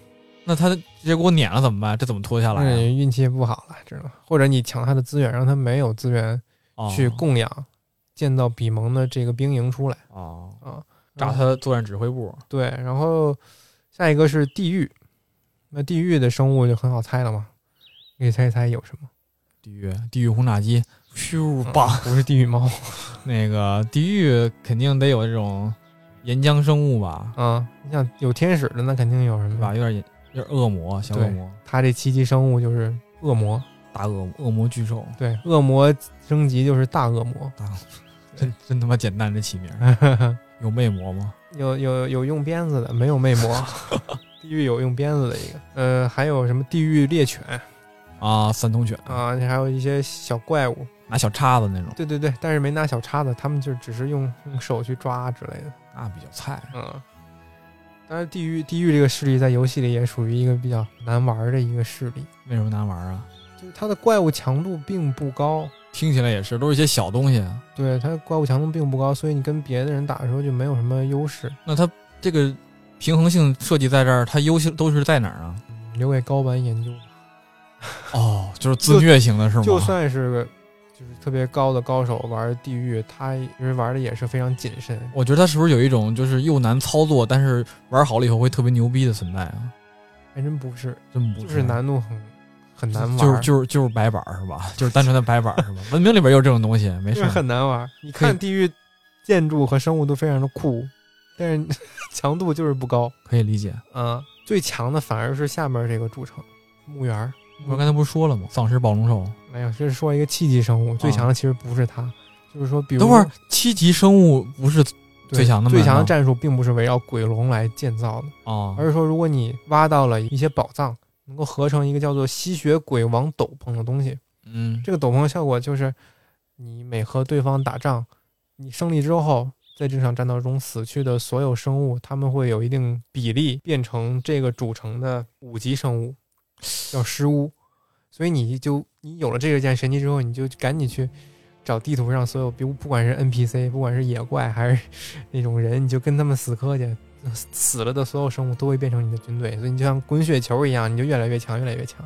B: 那他直接给我撵了怎么办？这怎么拖下来
A: 那
B: 呀、
A: 你嗯运气不好了，知道吗？或者你抢他的资源，让他没有资源
B: 哦
A: 去供养、建造比蒙的这个兵营出来
B: 哦，
A: 啊。
B: 炸他的作战指挥部，
A: 对，然后下一个是地狱，那地狱的生物就很好猜了嘛，你可以猜一猜有什么？
B: 地狱地狱轰炸机，咻吧！
A: 不是地狱猫
B: 那个地狱肯定得有这种岩浆生物吧，
A: 啊，你想有天使的，那肯定有什
B: 是
A: 么
B: 吧？
A: 吧？
B: 有点岩有点恶魔，小恶
A: 嗯对
B: 魔，
A: 它这七级生物就是恶魔，
B: 大恶魔恶魔巨兽，
A: 对，恶魔升级就是大恶魔，
B: 真真他妈简单这起名儿， 有魅魔吗？
A: 有有有用鞭子的，没有魅 魔。地狱有用鞭子的一个，呃，还有什么地狱猎犬
B: 啊，三头犬，
A: 啊，还有一些小怪物。
B: 拿小叉子那种，
A: 对对对，但是没拿小叉子，他们就只是用用手去抓之类的。
B: 那比较菜。
A: 嗯，当然，地狱地狱这个势力在游戏里也属于一个比较难玩的一个势力，
B: 为什么难玩啊？
A: 就是它的怪物强度并不高。
B: 听起来也是，都是一些小东西。啊
A: 对它的怪物强度并不高，所以你跟别的人打的时候就没有什么优势，
B: 那它这个平衡性设计在这儿，它优秀都是在哪儿啊？
A: 嗯留给高玩研究。
B: 哦，就是自虐型的是吗？
A: 就算是个就是特别高的高手玩地狱，他其实玩的也是非常谨慎。
B: 我觉得它是不是有一种就是又难操作，但是玩好了以后会特别牛逼的存在啊？
A: 还真不是，
B: 真不啊
A: 就是难度很很难玩，
B: 就是就是就是白板儿是吧？ 就是单纯的白板儿是吧？文明里边有这种东西，没
A: 就是
B: 事儿。
A: 很难玩。你
B: 可以
A: 看地狱建筑和生物都非常的酷，但是 强度就是不高。
B: 可以理解。
A: 啊，最强的反而是下面这个主城墓园儿。
B: 我刚才不是说了吗？丧尸暴龙兽。
A: 没有，这是说一个七级生物，最强的其实不是它，就是说，比如
B: 嗯等会儿七级生物不是
A: 对
B: 最强的吗
A: 最强的战术并不是围绕鬼龙来建造的。
B: 哦，
A: 而是说，如果你挖到了一些宝藏，能够合成一个叫做吸血鬼王斗篷的东西。
B: 嗯，
A: 这个斗篷的效果就是，你每和对方打仗，你胜利之后，在这场战斗中死去的所有生物，他们会有一定比例变成这个主城的五级生物，叫尸巫。所以你就你有了这件神器之后，你就赶紧去。找地图上所有，比如不管是 NPC，不管是野怪还是 那种人，你就跟他们死磕去，死了的所有生物都会变成你的军队，所以你就像滚雪球一样，你就越来越强，越来越强。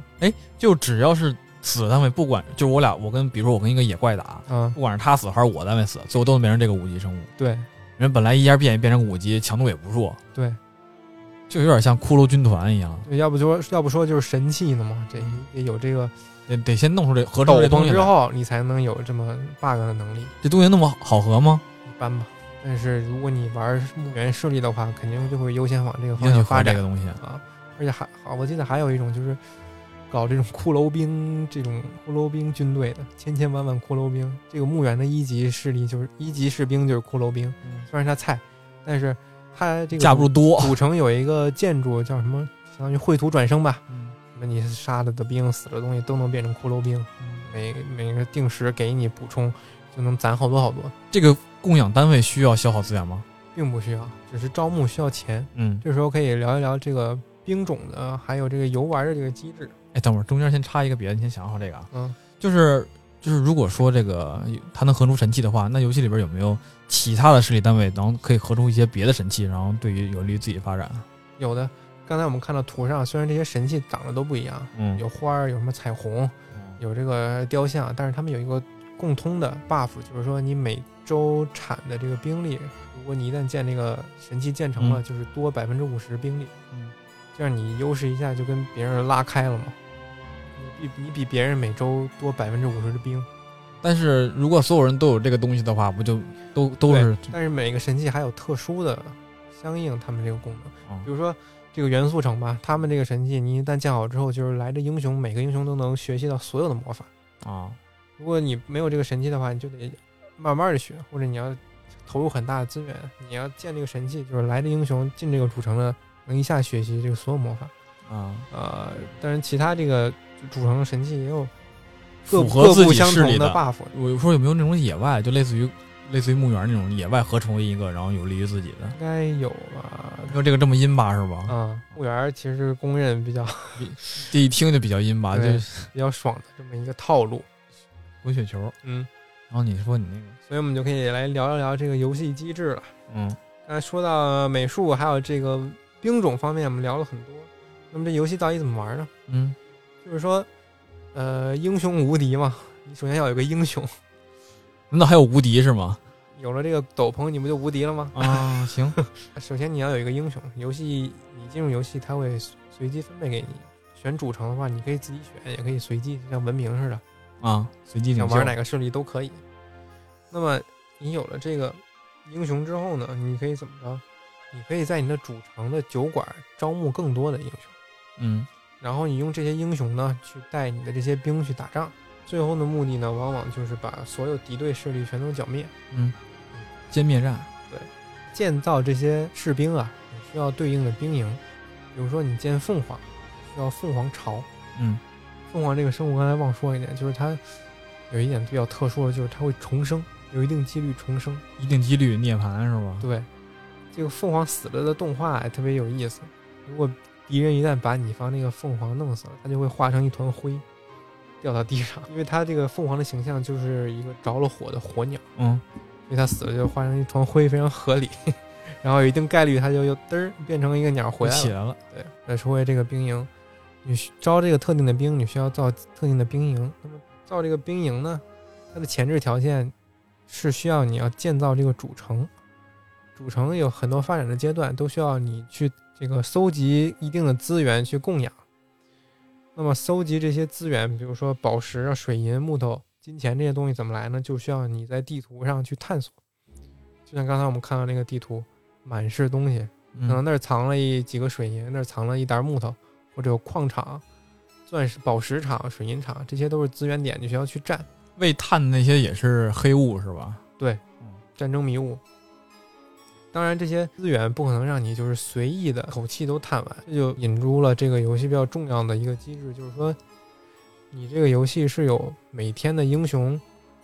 B: 就只要是死的单位，不管就我俩，我跟比如说我跟一个野怪打，
A: 啊，
B: 不管是他死还是我单位死，最后都能变成这个五级生物。
A: 对
B: 人本来一下变变成五级，强度也不弱，
A: 对，
B: 就有点像骷髅军团一样，
A: 要不就说要不说就是神器呢嘛，这也有这个
B: 得得先弄出这合成
A: 斗
B: 这东
A: 篷
B: 西
A: 之
B: 来。
A: 后，你才能有这么 bug 的能力，
B: 这东西那么好合吗？
A: 一般吧。但是如果你玩墓园势力的话，肯定就会优先往这个
B: 一
A: 方
B: 定去
A: 向
B: 合
A: 发
B: 这
A: 展
B: 个东西。
A: 啊。而且还好，我记得还有一种就是搞这种骷髅兵、这种骷髅兵军队的，千千万万骷髅兵。这个墓园的一级势力就是一级士兵就是骷髅兵，虽然他菜，但是他这个
B: 架不住多，
A: 古城有一个建筑叫什么，相当于绘图转生吧。
B: 嗯
A: 那你杀了的兵、死了的东西都能变成骷髅兵，每每个定时给你补充，就能攒好多好多，
B: 这个供养单位需要消耗资源吗？
A: 并不需要，只是招募需要钱。
B: 嗯，
A: 这时候可以聊一聊这个兵种的，还有这个游玩的这个机制。
B: 哎，等会儿中间先插一个别的，你先想好这个啊。
A: 嗯，
B: 就是就是，如果说这个它能合出神器的话，那游戏里边有没有其他的势力单位，然后可以合出一些别的神器，然后对于有利于自己发展？啊
A: 有的，刚才我们看到图上，虽然这些神器长得都不一样，
B: 嗯
A: 有花儿，有什么彩虹，有这个雕像，但是他们有一个共通的 buff，就是说你每周产的这个兵力，如果你一旦建这个神器建成了，
B: 嗯
A: 就是多百分之五十兵力，
B: 嗯
A: 这样你优势一下就跟别人拉开了嘛。你比你比别人每周多百分之五十的兵，
B: 但是如果所有人都有这个东西的话，不就都都是
A: 但是每个神器还有特殊的相应他们这个功能。
B: 嗯
A: 比如说这个元素城吧，他们这个神器，你一旦建好之后，就是来的英雄，每个英雄都能学习到所有的魔法。
B: 啊？
A: 如果你没有这个神器的话，你就得慢慢的学，或者你要投入很大的资源，你要建这个神器，就是来的英雄进这个主城了，能一下学习这个所有魔法。
B: 啊，
A: 呃，当然其他这个主城神器也有各
B: 符合
A: 各
B: 自
A: 不
B: 己
A: 相
B: 势力
A: 同
B: 的。
A: buff。
B: 我说有没有那种野外，就类似于类似于墓园那种野外合成为一个，然后有利于自己的？
A: 应该有吧？
B: 说这个这么阴吧，是
A: 啊、
B: 吧？
A: 嗯，墓园其实公认比较
B: 这一听就比较阴吧，就
A: 对
B: 是
A: 比较爽的这么一个套路。
B: 滚雪球。
A: 嗯，
B: 然后你说你那个，
A: 所以我们就可以来聊一聊这个游戏机制了。
B: 嗯
A: 刚才说到美术还有这个兵种方面，我们聊了很多。那么这游戏到底怎么玩呢？
B: 嗯，
A: 就是说，呃，英雄无敌嘛，你首先要有个英雄，
B: 难嗯道还有无敌是吗？
A: 有了这个斗篷，你不就无敌了吗？
B: 啊，行，
A: 首先你要有一个英雄，游戏你进入游戏，它会随机分配给你。选主城的话，你可以自己选，也可以随机，就像文明似的，
B: 啊，随机领
A: 想
B: 袖
A: 玩哪个势力都可以。那么你有了这个英雄之后呢，你可以怎么着？你可以在你的主城的酒馆招募更多的英雄，
B: 嗯
A: 然后你用这些英雄呢去带你的这些兵去打仗。最后的目的呢，往往就是把所有敌对势力全都剿灭。
B: 嗯，歼灭战，
A: 建造这些士兵啊，你需要对应的兵营，比如说你建凤凰，需要凤凰巢。
B: 嗯
A: 凤凰这个生物刚才忘说一点，就是它有一点比较特殊的，就是它会重生，有一定几率重生。
B: 一定几率涅槃是吧？
A: 对，这个凤凰死了的动画也特别有意思。如果敌人一旦把你方那个凤凰弄死了，它就会化成一团灰，掉到地上，因为它这个凤凰的形象就是一个着了火的火鸟，
B: 嗯，
A: 所以它死了就化成一团灰，非常合理。 然后有一定概率，它就又嘚儿变成一个鸟回来
B: 起
A: 了。
B: 来了，
A: 对，再说回这个兵营，你需招这个特定的兵，你需要造特定的兵营。那么造这个兵营呢，它的前置条件是需要你要建造这个主城。主城有很多发展的阶段，都需要你去这个搜集一定的资源去供养。那么搜集这些资源，比如说宝石啊、水银、木头、金钱这些东西怎么来呢？就需要你在地图上去探索。就像刚才我们看到那个地图，满是东西，可能
B: 嗯
A: 那儿藏了一几个水银，那儿藏了一沓木头，或者有矿场、钻石、宝石场、水银场，这些都是资源点，你需要去占
B: 为探的那些也是黑雾是吧？
A: 战争迷雾。当然，这些资源不可能让你就是随意的口气都探完，这就引出了这个游戏比较重要的一个机制，就是说，你这个游戏是有每天的英雄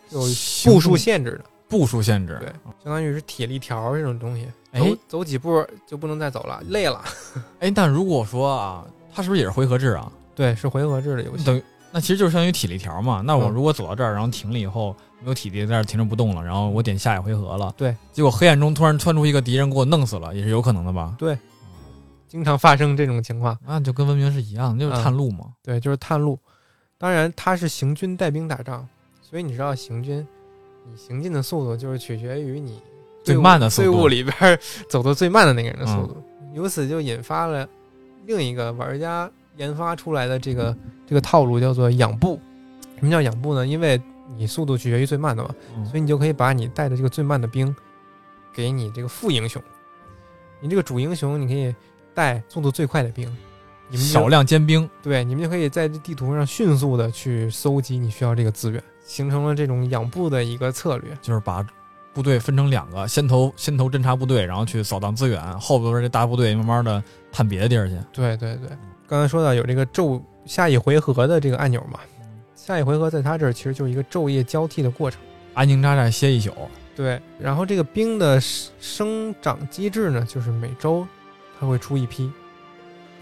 A: 有
B: 行
A: 步
B: 动
A: 数限制的，
B: 步数限制，
A: 对，相当于是铁力条这种东西，
B: 哎
A: 走走几步就不能再走了，累了。
B: 哎，但如果说啊，它是不是也是回合制啊？
A: 对，是回合制的游戏。
B: 等于那其实就是相当于体力条嘛。那我
A: 嗯
B: 如果走到这儿，然后停了以后没有体力在这儿停着不动了，然后我点下一回合了，
A: 对，
B: 结果黑暗中突然窜出一个敌人给我弄死了，也是有可能的吧？
A: 经常发生这种情况。
B: 那就跟文明是一样的，
A: 嗯
B: 就是探路嘛。
A: 对，就是探路。当然，他是行军带兵打仗，所以你知道行军，你行进的速度就是取决于你
B: 最
A: 队伍
B: 慢的速
A: 队伍
B: 度嗯
A: 里边儿 走的最慢的那个人的速度。由此就引发了另一个玩家研发出来的这个这个套路，叫做养步。什么叫养步呢？因为你速度取决于最慢的嘛，
B: 嗯
A: 所以你就可以把你带的这个最慢的兵，给你这个副英雄。你这个主英雄，你可以带速度最快的兵，你们就
B: 少量尖兵，
A: 对，你们就可以在这地图上迅速的去搜集你需要这个资源，形成了这种养步的一个策略。
B: 就是把部队分成两个，先头先头侦察部队，然后去扫荡资源，后边这大部队慢慢的探别的地儿去。
A: 对对对，刚才说到有这个昼下一回合的这个按钮嘛，下一回合在他这儿其实就是一个昼夜交替的过程。
B: 安营扎寨歇一宿，
A: 对，然后这个兵的生生长机制呢，就是每周它会出一批，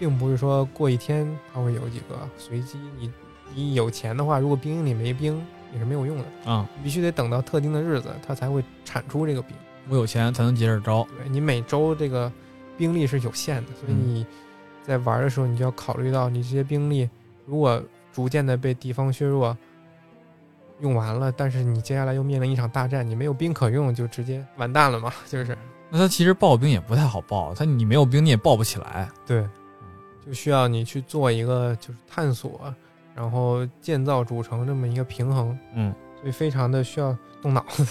A: 并不是说过一天它会有几个随机。你你有钱的话，如果兵营里没兵也是没有用的，
B: 啊、
A: 你必须得等到特定的日子，它才会产出这个兵。
B: 我有钱才能接着招。
A: 对你每周这个兵力是有限的，所以
B: 嗯
A: 你在玩的时候，你就要考虑到你这些兵力如果逐渐的被敌方削弱，用完了，但是你接下来又面临一场大战，你没有兵可用，就直接完蛋了嘛，就是
B: 那他其实报兵也不太好报，他你没有兵你也报不起来。
A: 对，就需要你去做一个就是探索，然后建造主城这么一个平衡，
B: 嗯，
A: 所以非常的需要动脑子。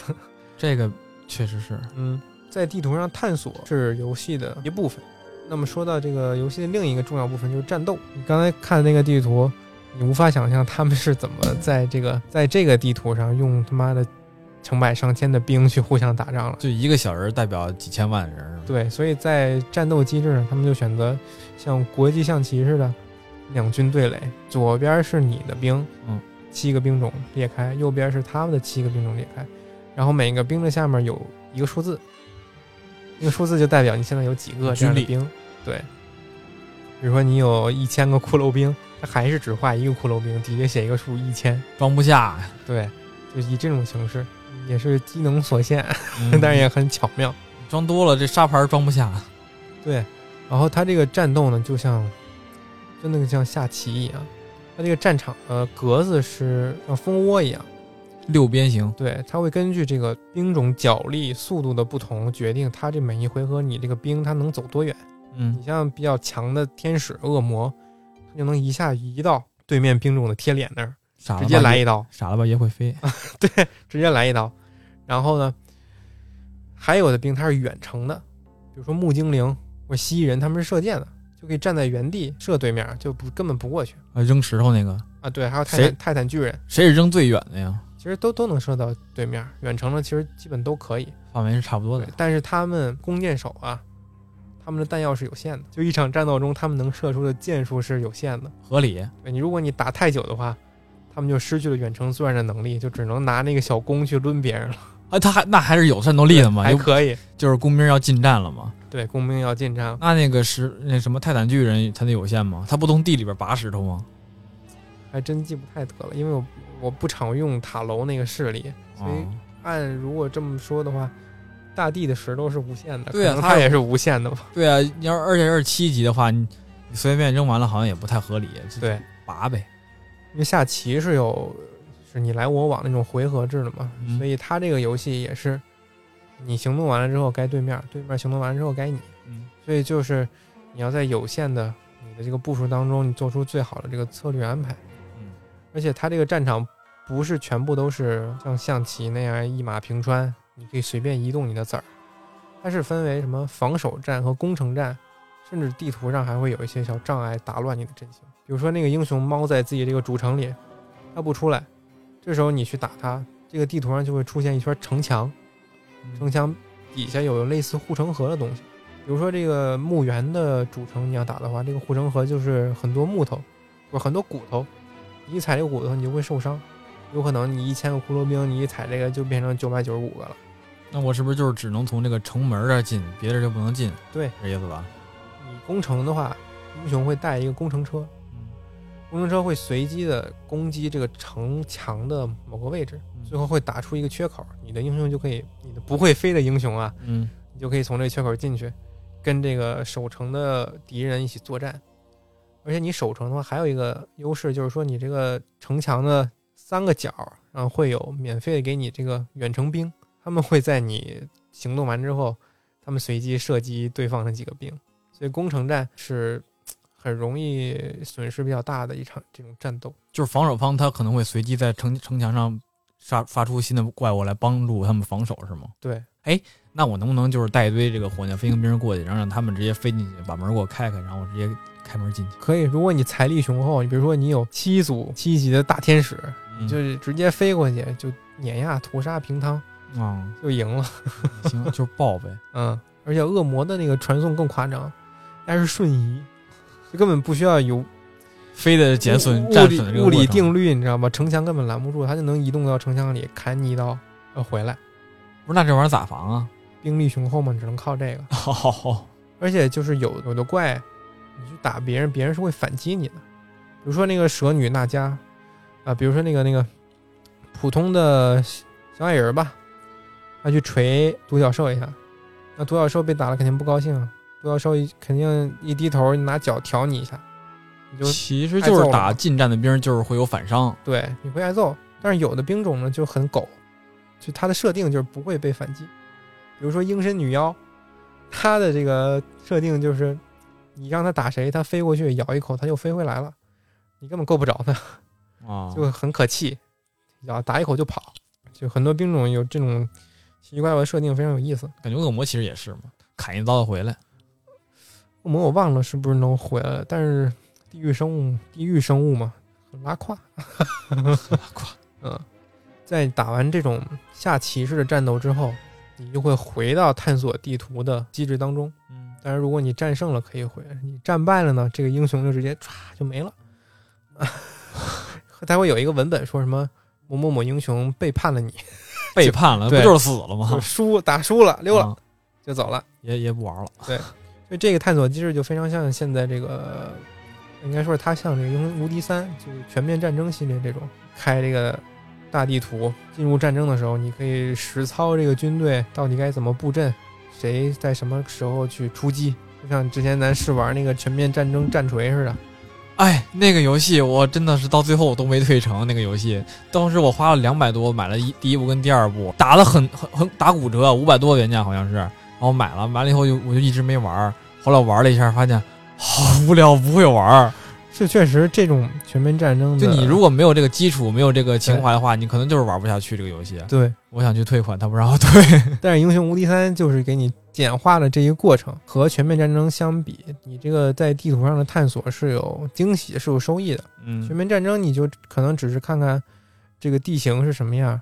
B: 这个确实是，
A: 嗯，在地图上探索是游戏的一部分。那么说到这个游戏的另一个重要部分就是战斗。你刚才看那个地图，你无法想象他们是怎么在这个在这个地图上用他妈的成百上千的兵去互相打仗了。
B: 就一个小人代表几千万人，是吧
A: 对，所以在战斗机制上，他们就选择像国际象棋似的，两军对垒，左边是你的兵，
B: 嗯，
A: 七个兵种裂开，右边是他们的七个兵种裂开，然后每个兵的下面有一个数字，那个数字就代表你现在有几个这样的
B: 军力
A: 兵，对，比如说你有一千个骷髅兵，它还是只画一个骷髅兵，底下写一个数一千，
B: 装不 下。
A: 对，就以这种形式，也是机能所限，
B: 嗯
A: 但是也很巧妙。
B: 装多了，这沙盘装不下。
A: 对，然后它这个战斗呢，就像真的像下棋一样，它这个战场的格子是像蜂窝一样，
B: 六边形，
A: 对，它会根据这个兵种角力、速度的不同，决定它这每一回合你这个兵它能走多远。
B: 嗯
A: 你，像比较强的天使、恶魔，它就能一下移到对面兵种的贴脸那儿，
B: 傻了吧
A: 直接来
B: 也
A: 一刀，
B: 傻了吧也 会飞。
A: 直接来一刀。然后呢，还有的兵它是远程的，比如说木精灵或蜥蜴人，他们是射箭的，就可以站在原地射对面，就不根本不过去
B: 啊，扔石头那个，
A: 啊。对，还有泰
B: 谁
A: 坦泰坦巨人，
B: 谁是扔最远的呀？
A: 其实都都能射到对面，远程的其实基本都可以。
B: 范围是差不多的
A: 对。，但是他们弓箭手啊，他们的弹药是有限的，就一场战斗中他们能射出的箭数是有限的。
B: 合理。
A: 对你如果你打太久的话，他们就失去了远程作战的能力，就只能拿那个小弓去抡别人了。
B: 啊，他还那还是有战斗力的嘛，
A: 还
B: 又
A: 可以，
B: 就是工兵要进战了嘛。
A: 对，工兵要进站。
B: 那那个石那什么泰坦巨人，他那有限吗？他不从地里边拔石头吗？
A: 还真记不太得了，因为我我不常用塔楼那个势力，所以
B: 啊
A: 按如果这么说的话，大地的石头是无限的，
B: 对啊
A: 可能
B: 它
A: 它
B: 有
A: 也是无限的吧？
B: 对啊，你要是而且是七级的话，你你随便扔完了好像也不太合理，就
A: 对，
B: 拔呗。
A: 因为下棋是有是你来我往那种回合制的嘛，
B: 嗯
A: 所以它这个游戏也是你行动完了之后该对面，对面行动完了之后该你，
B: 嗯，
A: 所以就是你要在有限的你的这个步数当中，你做出最好的这个策略安排。
B: 嗯，
A: 而且它这个战场不是全部都是像象棋那样一马平川，你可以随便移动你的子儿，它是分为什么防守战和攻城战，甚至地图上还会有一些小障碍打乱你的阵型。比如说那个英雄猫在自己这个主城里，它不出来，这时候你去打它，这个地图上就会出现一圈城墙，城墙底下有类似护城河的东西。比如说这个墓园的主城，你要打的话，这个护城河就是很多木头，不是很多骨头，你一踩这个骨头你就会受伤，有可能你一千个骷髅兵，你一踩这个就变成九百九十五个了。
B: 那我是不是就是只能从这个城门这儿进，别的就不能进？
A: 对，
B: 这意思吧？
A: 你攻城的话，英雄会带一个工程车，
B: 嗯，
A: 工程车会随机的攻击这个城墙的某个位置，
B: 嗯
A: 最后会打出一个缺口，你的英雄就可以，你的不会飞的英雄啊，
B: 嗯，
A: 你就可以从这缺口进去，跟这个守城的敌人一起作战。而且你守城的话，还有一个优势就是说，你这个城墙的三个角，然后会有免费给你这个远程兵，他们会在你行动完之后，他们随机射击对方的几个兵，所以攻城战是嘖很容易损失比较大的一场这种战斗。
B: 就是防守方他可能会随机在城城墙上杀发出新的怪物来帮助他们防守，是吗？
A: 对，
B: 那我能不能就是带一堆这个火箭飞行兵过去，然后让他们直接飞进去，把门给我开开，然后我直接开门进去？
A: 可以，如果你财力雄厚，你比如说你有七组七级的大天使，
B: 嗯
A: 就是直接飞过去就碾压、屠杀、平汤
B: 啊、
A: 就赢了。
B: 行，就爆呗。
A: 嗯，而且恶魔的那个传送更夸张，那是瞬移，就根本不需要有
B: 非得减损
A: 物
B: 战
A: 理
B: 损的这个
A: 物理
B: 过程
A: 定律，你知道吗？城墙根本拦不住，他就能移动到城墙里砍你一刀，要回来。
B: 不是那这玩意儿咋防啊？
A: 兵力雄厚嘛，只能靠这个。
B: 哦，
A: 而且就是有有的怪，你去打别人，别人是会反击你的。比如说那个蛇女娜迦啊，比如说那个那个普通的小小矮人吧，他去锤独角兽一下，那独角兽被打了肯定不高兴，啊，独角兽一肯定一低头拿脚挑你一下， 你就
B: 其实就是打近战的兵，就是会有反伤。
A: 对你会挨揍。但是有的兵种呢就很狗，就它的设定就是不会被反击。比如说鹰身女妖，它的这个设定就是，你让它打谁，它飞过去咬一口，它就飞回来了，你根本够不着它，
B: 啊，
A: 就很可气，咬打一口就跑。就很多兵种有这种奇奇怪怪的设定，非常有意思。
B: 啊感觉恶魔其实也是嘛，砍一刀回来。
A: 恶魔我忘了是不是能回来了，但是地狱生物，地狱生物嘛，很拉胯， 嗯，在打完这种下棋式的战斗之后，你就会回到探索地图的机制当中。
B: 嗯，
A: 当然，如果你战胜了可以回，你战败了呢，这个英雄就直接歘就没了。 他会有一个文本说什么某某某英雄背叛了你，
B: 背叛了，不
A: 对
B: 就是死了吗
A: 就？输打输了溜了、
B: 啊
A: 就走了。
B: 也也不玩了。
A: 所以这个探索机制就非常像现在这个，应该说是它像这个《英雄无敌三》就是全面战争系列这种开这个大地图，进入战争的时候，你可以实操这个军队到底该怎么布阵，谁在什么时候去出击，就像之前咱试玩那个全面战争战锤似的。
B: 哎，那个游戏我真的是到最后我都没退成。那个游戏当时我花了两百多买了一第一部跟第二部，打的很很很打骨折，五百多原价好像是。然后买了，买了以后就我就一直没玩儿。后来我玩了一下，发现好无聊，不会玩儿。
A: 是确实这种全面战争的，
B: 就你如果没有这个基础，没有这个情怀的话，你可能就是玩不下去这个游戏。
A: 对，
B: 我想去退款，他不让我退。
A: 但是《英雄无敌三》就是给你简化了这一个过程，和全面战争相比，你这个在地图上的探索是有惊喜，是有收益的。全
B: 嗯，
A: 面战争你就可能只是看看这个地形是什么样，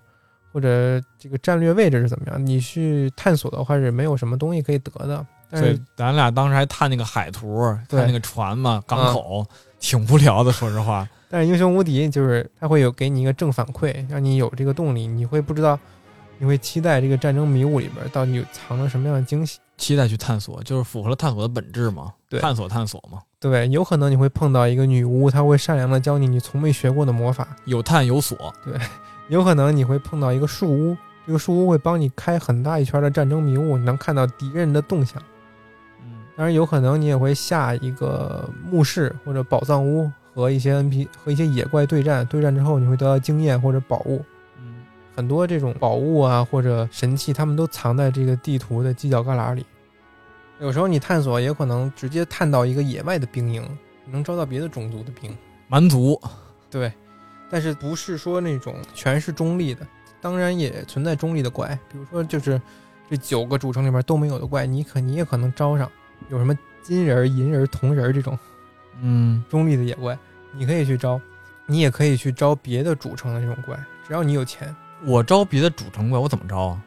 A: 或者这个战略位置是怎么样，你去探索的话是没有什么东西可以得的。但
B: 所
A: 是
B: 以咱俩当时还探那个海图，
A: 对
B: 看那个船嘛，港口，挺无聊的。说实话，
A: 但是英雄无敌就是它会有给你一个正反馈，让你有这个动力，你会不知道，你会期待这个战争迷雾里边到底有藏着什么样的惊喜。
B: 期待去探索，就是符合了探索的本质嘛。
A: 对
B: 探索探索嘛，
A: 对，有可能你会碰到一个女巫，她会善良的教你你从未学过的魔法；
B: 有探有索。
A: 有可能你会碰到一个树屋，这个树屋会帮你开很大一圈的战争迷雾，你能看到敌人的动向。
B: 嗯，
A: 当然，有可能你也会下一个墓室或者宝藏屋，和一些 NP 和一些野怪对战。对战之后，你会得到经验或者宝物。
B: 嗯，
A: 很多这种宝物啊或者神器，它们都藏在这个地图的犄角旮旯里。有时候你探索也可能直接探到一个野外的兵营，你能招到别的种族的兵。
B: 蛮族
A: 对，但是不是说那种全是中立的，当然也存在中立的怪，比如说就是这九个主城里面都没有的怪，你可你也可能招上，有什么金人儿、银人儿、铜人儿这种
B: 嗯，
A: 中立的野怪，你可以去招，你也可以去招别的主城的这种怪，只要你有钱，
B: 我招别的主城怪，我怎么招啊？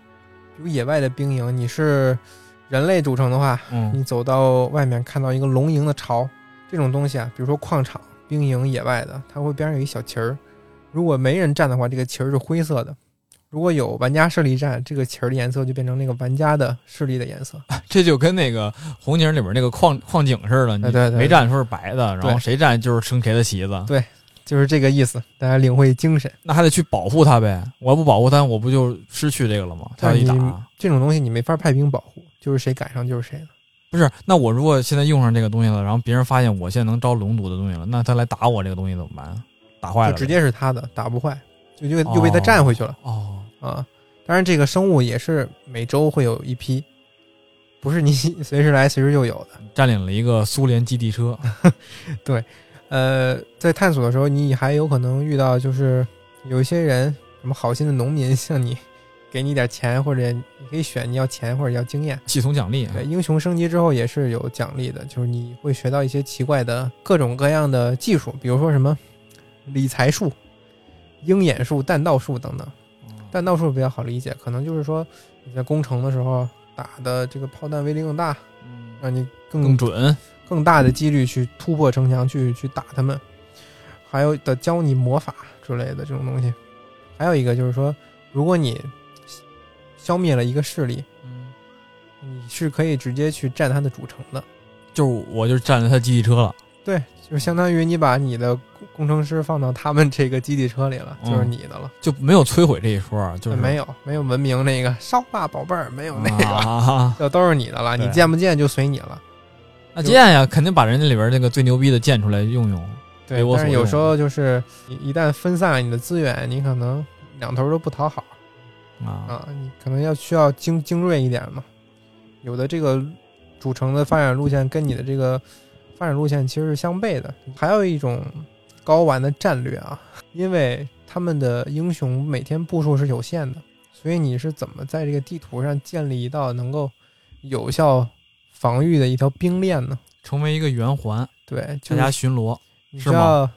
A: 比如野外的兵营，你是人类组成的话，
B: 嗯
A: 你走到外面看到一个龙营的巢，这种东西啊，比如说矿场、兵营、野外的，它会边上有一小旗儿，如果没人站的话，这个旗儿是灰色的；如果有玩家势力站，这个旗儿的颜色就变成那个玩家的势力的颜色。
B: 这就跟那个红警里面那个矿矿井似的，你
A: 对对对
B: 没站说是白的，然后
A: 对
B: 谁站就是升谁的旗子。
A: 就是这个意思，大家领会精神。
B: 那还得去保护他呗。我要不保护他，我不就失去这个了吗？他要
A: 但
B: 一打，
A: 你这种东西你没法派兵保护，就是谁赶上就是谁了。
B: 不是？那我如果现在用上这个东西了，然后别人发现我现在能招龙族的东西了，那他来打我这个东西怎么办？啊打坏了
A: 就
B: 呗
A: 直接是他的，打不坏，就就又被他占回去了、
B: 哦，
A: 啊！当然，这个生物也是每周会有一批，不是你随时来随时就有的。
B: 占领了一个苏联基地车。
A: 呃，在探索的时候，你还有可能遇到就是有一些人，什么好心的农民向你给你点钱，或者你可以选你要钱或者要经验。
B: 系统奖励，
A: 对，英雄升级之后也是有奖励的，就是你会学到一些奇怪的各种各样的技术，比如说什么理财术、鹰眼术、弹道术等等。弹道术比较好理解，可能就是说你在攻城的时候打的这个炮弹威力更大，
B: 嗯
A: 让你更
B: 更准，
A: 更大的几率去突破城墙去去打他们，还有的教你魔法之类的这种东西。还有一个就是说，如果你消灭了一个势力，
B: 嗯，
A: 你是可以直接去占它的主城的。
B: 就是我就占了他基地车了，
A: 对，就相当于你把你的工工程师放到他们这个基地车里了，
B: 嗯
A: 就是你的了。
B: 就没有摧毁这一说，啊就是
A: 没有没有文明那个烧吧宝贝儿，没有那个，
B: 啊，
A: 就 都是你的了。
B: 对
A: 你见不见就随你了。
B: 那剑呀，肯定把人家里边那个最牛逼的剑出来用用，
A: 对
B: 为，我
A: 但是
B: 所
A: 有
B: 用
A: 时候就是你一旦分散了你的资源，你可能两头都不讨好。
B: 啊，
A: 啊，你可能要需要精精锐一点嘛。有的这个主城的发展路线跟你的这个发展路线其实是相悖的。还有一种高玩的战略啊，因为他们的英雄每天步数是有限的，所以你是怎么在这个地图上建立一道能够有效防御的一条兵链呢？
B: 成为一个圆环，
A: 对，就
B: 大家
A: 是
B: 巡逻，
A: 你
B: 是
A: 需要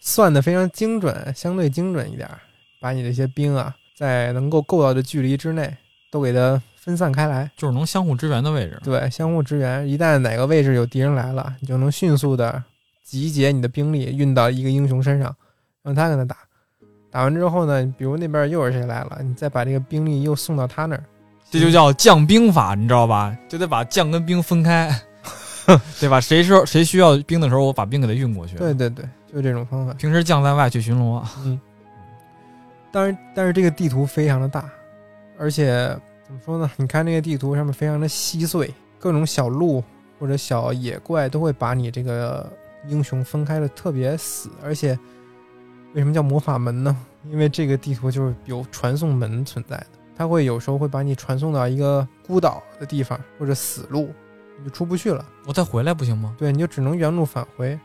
A: 算的非常精准，相对精准一点儿，把你这些兵啊，在能够够到的距离之内，都给它分散开来，
B: 就是能相互支援的位置，
A: 对，相互支援。一旦哪个位置有敌人来了，你就能迅速的集结你的兵力，运到一个英雄身上，让他跟他打。打完之后呢，比如那边又有谁来了，你再把这个兵力又送到他那儿，
B: 这就叫将兵法，你知道吧？就得把将跟兵分开，对吧？谁说谁需要兵的时候，我把兵给他运过去。
A: 对，对对，就这种方法。
B: 平时将在外去巡逻，
A: 当然， 但是这个地图非常的大，而且怎么说呢？你看这个地图上面非常的稀碎，各种小路或者小野怪都会把你这个英雄分开的特别死。而且，为什么叫魔法门呢？因为这个地图就是有传送门存在的，它会有时候会把你传送到一个孤岛的地方或者死路，你就出不去了。
B: 我再回来不行吗？
A: 对，你就只能原路返回，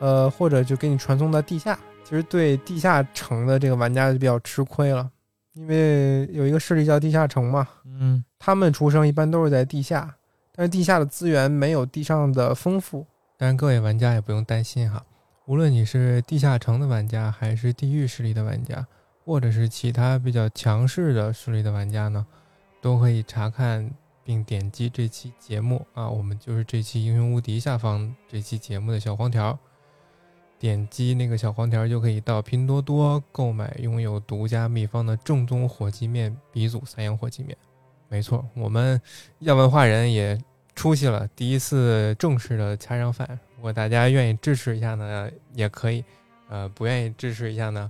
A: 呃，或者就给你传送到地下。其实对地下城的这个玩家就比较吃亏了，因为有一个势力叫地下城嘛，
B: 嗯，
A: 他们出生一般都是在地下，但是地下的资源没有地上的丰富。但是各位玩家也不用担心哈，无论你是地下城的玩家，还是地狱势力的玩家，或者是其他比较强势的势力的玩家呢，都可以查看并点击这期节目啊，我们就是这期《英雄无敌》下方这期节目的小黄条。点击那个小黄条就可以到拼多多购买拥有独家秘方的正宗火鸡面鼻祖三阳火鸡面。没错，我们亚文化人也出席了第一次正式的掐上饭。如果大家愿意支持一下呢，也可以；呃，不愿意支持一下呢，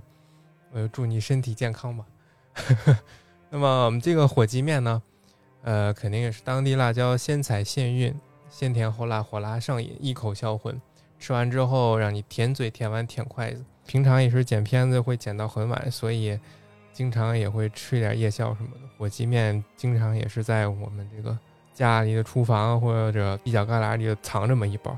A: 我就祝你身体健康吧。 那么我们这个火鸡面呢，呃，肯定也是当地辣椒先采现运，先甜后辣，火辣上瘾，一口销魂。吃完之后让你舔嘴、舔碗、舔筷子。平常也是剪片子会剪到很晚，所以经常也会吃一点夜宵什么的。火鸡面经常也是在我们这个家里的厨房或者犄角旮旯里藏这么一包，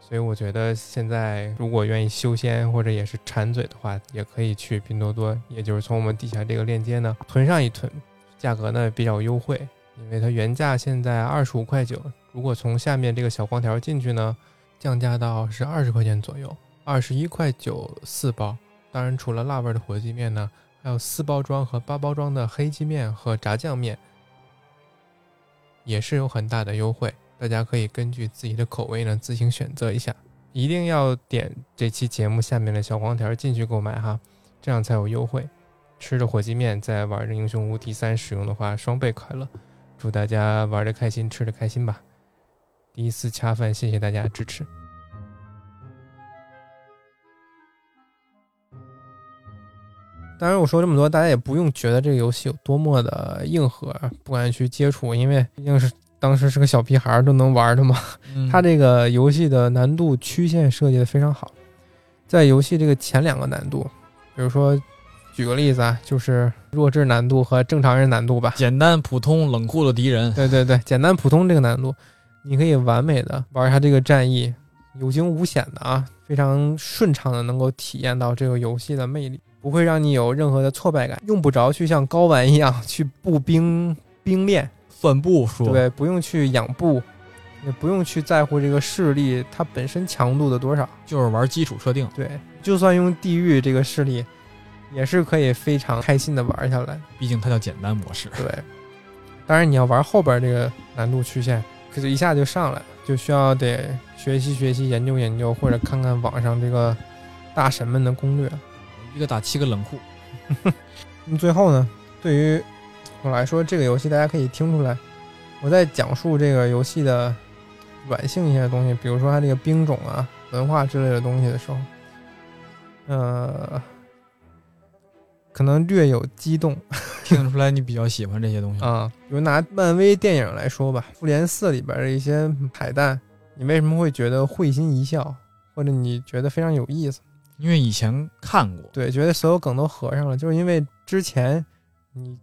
A: 所以我觉得现在如果愿意修仙或者也是馋嘴的话，也可以去拼多多，也就是从我们底下这个链接呢囤上一囤，价格呢比较优惠，因为它原价现在二十五块九，如果从下面这个小黄条进去呢，降价到是二十块钱左右，二十一块九四包。当然，除了辣味儿的火鸡面呢，还有四包装和八包装的黑鸡面和炸酱面，也是有很大的优惠，大家可以根据自己的口味呢自行选择一下。一定要点这期节目下面的小黄条进去购买哈，这样才有优惠。吃着火鸡面，再玩着英雄无敌三，使用的话双倍快乐。祝大家玩的开心，吃的开心吧！第一次恰饭，谢谢大家的支持。当然，我说这么多，大家也不用觉得这个游戏有多么的硬核，不敢去接触，因为毕竟是当时是个小屁孩儿都能玩的嘛。
B: 嗯
A: 它这个游戏的难度曲线设计的非常好，在游戏这个前两个难度，比如说举个例子啊，就是弱智难度和正常人难度吧。
B: 简单、普通、冷酷的敌人，
A: 对对对，简单普通这个难度，你可以完美的玩一下这个战役，有惊无险的啊，非常顺畅的能够体验到这个游戏的魅力。不会让你有任何的挫败感，用不着去像睾丸一样去步兵兵练，
B: 散步说，
A: 对，不用去养步，也不用去在乎这个视力它本身强度的多少。
B: 就是玩基础设定。
A: 对，就算用地狱这个视力，也是可以非常开心的玩下来。
B: 毕竟它叫简单模式。
A: 对，当然你要玩后边这个难度曲线，可就一下就上来了，就需要得学习学习、研究研究，或者看看网上这个大神们的攻略。
B: 一个打七个冷酷，
A: 那最后呢，对于我来说，这个游戏大家可以听出来，我在讲述这个游戏的软性一些的东西，比如说它这个兵种啊、文化之类的东西的时候，呃，可能略有激动
B: 听得出来你比较喜欢这些东西。
A: 啊。比如拿漫威电影来说吧，《复联四》里边的一些彩蛋，你为什么会觉得会心一笑，或者你觉得非常有意思？
B: 因为以前看过，
A: 对，觉得所有梗都合上了，就是因为之前你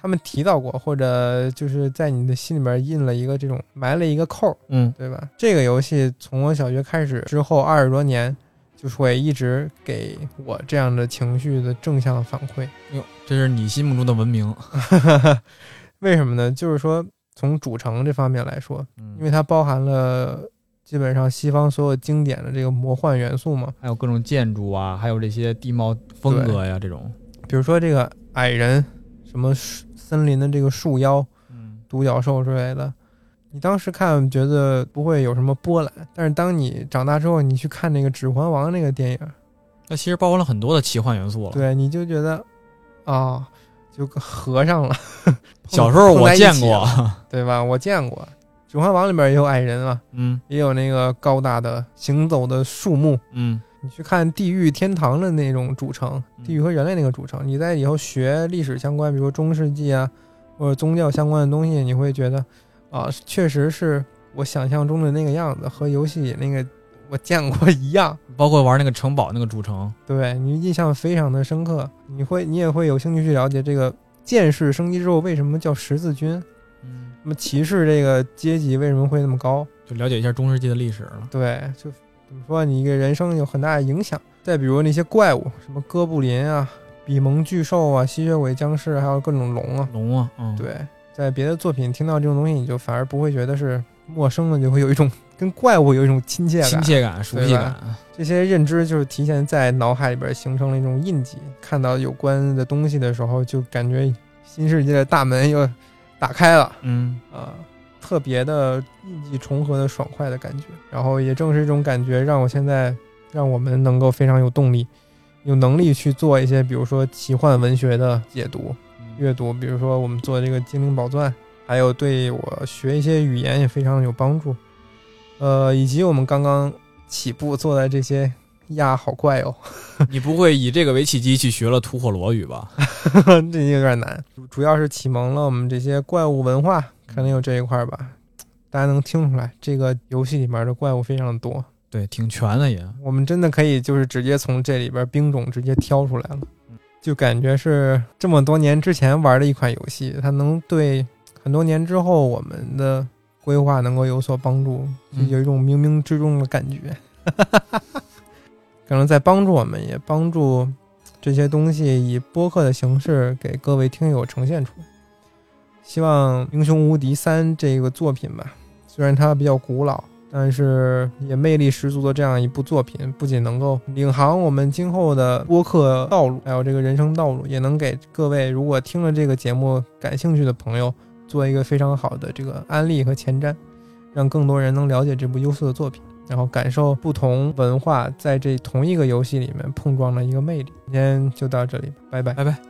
A: 他们提到过，或者就是在你的心里面印了一个这种埋了一个扣儿，
B: 嗯，
A: 对吧？这个游戏从我小学开始之后二十多年，就是会一直给我这样的情绪的正向反馈。
B: 哟，这是你心目中的文明，
A: 为什么呢？就是说从主城这方面来说，
B: 嗯
A: 因为它包含了基本上西方所有经典的这个魔幻元素嘛，
B: 还有各种建筑啊，还有这些地貌风格呀，这种，
A: 比如说这个矮人，什么树森林的这个树妖、
B: 嗯，
A: 独角兽之类的，你当时看觉得不会有什么波澜，但是当你长大之后，你去看那个《指环王》那个电影，
B: 那其实包含了很多的奇幻元素了。
A: 对，你就觉得啊、就合上了。碰
B: 小时候我
A: 碰在
B: 见，
A: 一起
B: 过
A: 了，对吧？我见过《指环王》里面也有矮人啊，
B: 嗯
A: 也有那个高大的行走的树木。
B: 嗯，
A: 你去看地狱、天堂的那种主城，
B: 嗯
A: 地狱和人类那个主城，你在以后学历史相关，比如说中世纪啊，或者宗教相关的东西，你会觉得，啊，确实是我想象中的那个样子，和游戏里那个我见过一样。
B: 包括玩那个城堡那个主城，
A: 对你印象非常的深刻，你会你也会有兴趣去了解这个剑士升级之后为什么叫十字军，
B: 嗯，
A: 那么骑士这个阶级为什么会那么高？
B: 就了解一下中世纪的历史了。
A: 对，就怎么说，你一个人生有很大的影响。再比如那些怪物，什么哥布林啊、比蒙巨兽啊、吸血鬼僵尸，还有各种龙啊。
B: 龙啊，嗯，，
A: 对，在别的作品听到这种东西，你就反而不会觉得是陌生的，就会有一种跟怪物有一种亲切感。
B: 亲切感、熟悉感，
A: 这些认知就是提前在脑海里边形成了一种印记。看到有关的东西的时候，就感觉新世界的大门又打开了。
B: 嗯，
A: 啊、特别的印记重合的爽快的感觉。然后也正是这种感觉，让我现在让我们能够非常有动力、有能力去做一些，比如说奇幻文学的解读、
B: 嗯
A: 阅读，比如说我们做这个《精灵宝钻》，还有对我学一些语言也非常有帮助。呃，以及我们刚刚起步做的这些呀，好怪哦，
B: 你不会以这个为契机去学了吐火罗语吧？
A: 这有点难，主主要是启蒙了我们这些怪物文化，肯定有这一块儿吧。大家能听出来，这个游戏里面的怪物非常多，
B: 对，挺全的也。
A: 我们真的可以就是直接从这里边兵种直接挑出来了，就感觉是这么多年之前玩的一款游戏，它能对很多年之后我们的规划能够有所帮助，就
B: 嗯
A: 有一种冥冥之中的感觉， 可能在帮助我们，也帮助这些东西以播客的形式给各位听友呈现出来。希望《英雄无敌三》这个作品吧，虽然它比较古老，但是也魅力十足的这样一部作品，不仅能够领航我们今后的播客道路，还有这个人生道路，也能给各位如果听了这个节目感兴趣的朋友做一个非常好的这个安利和前瞻，让更多人能了解这部优秀的作品。然后感受不同文化在这同一个游戏里面碰撞的一个魅力。今天就到这里，拜拜。
B: 拜拜。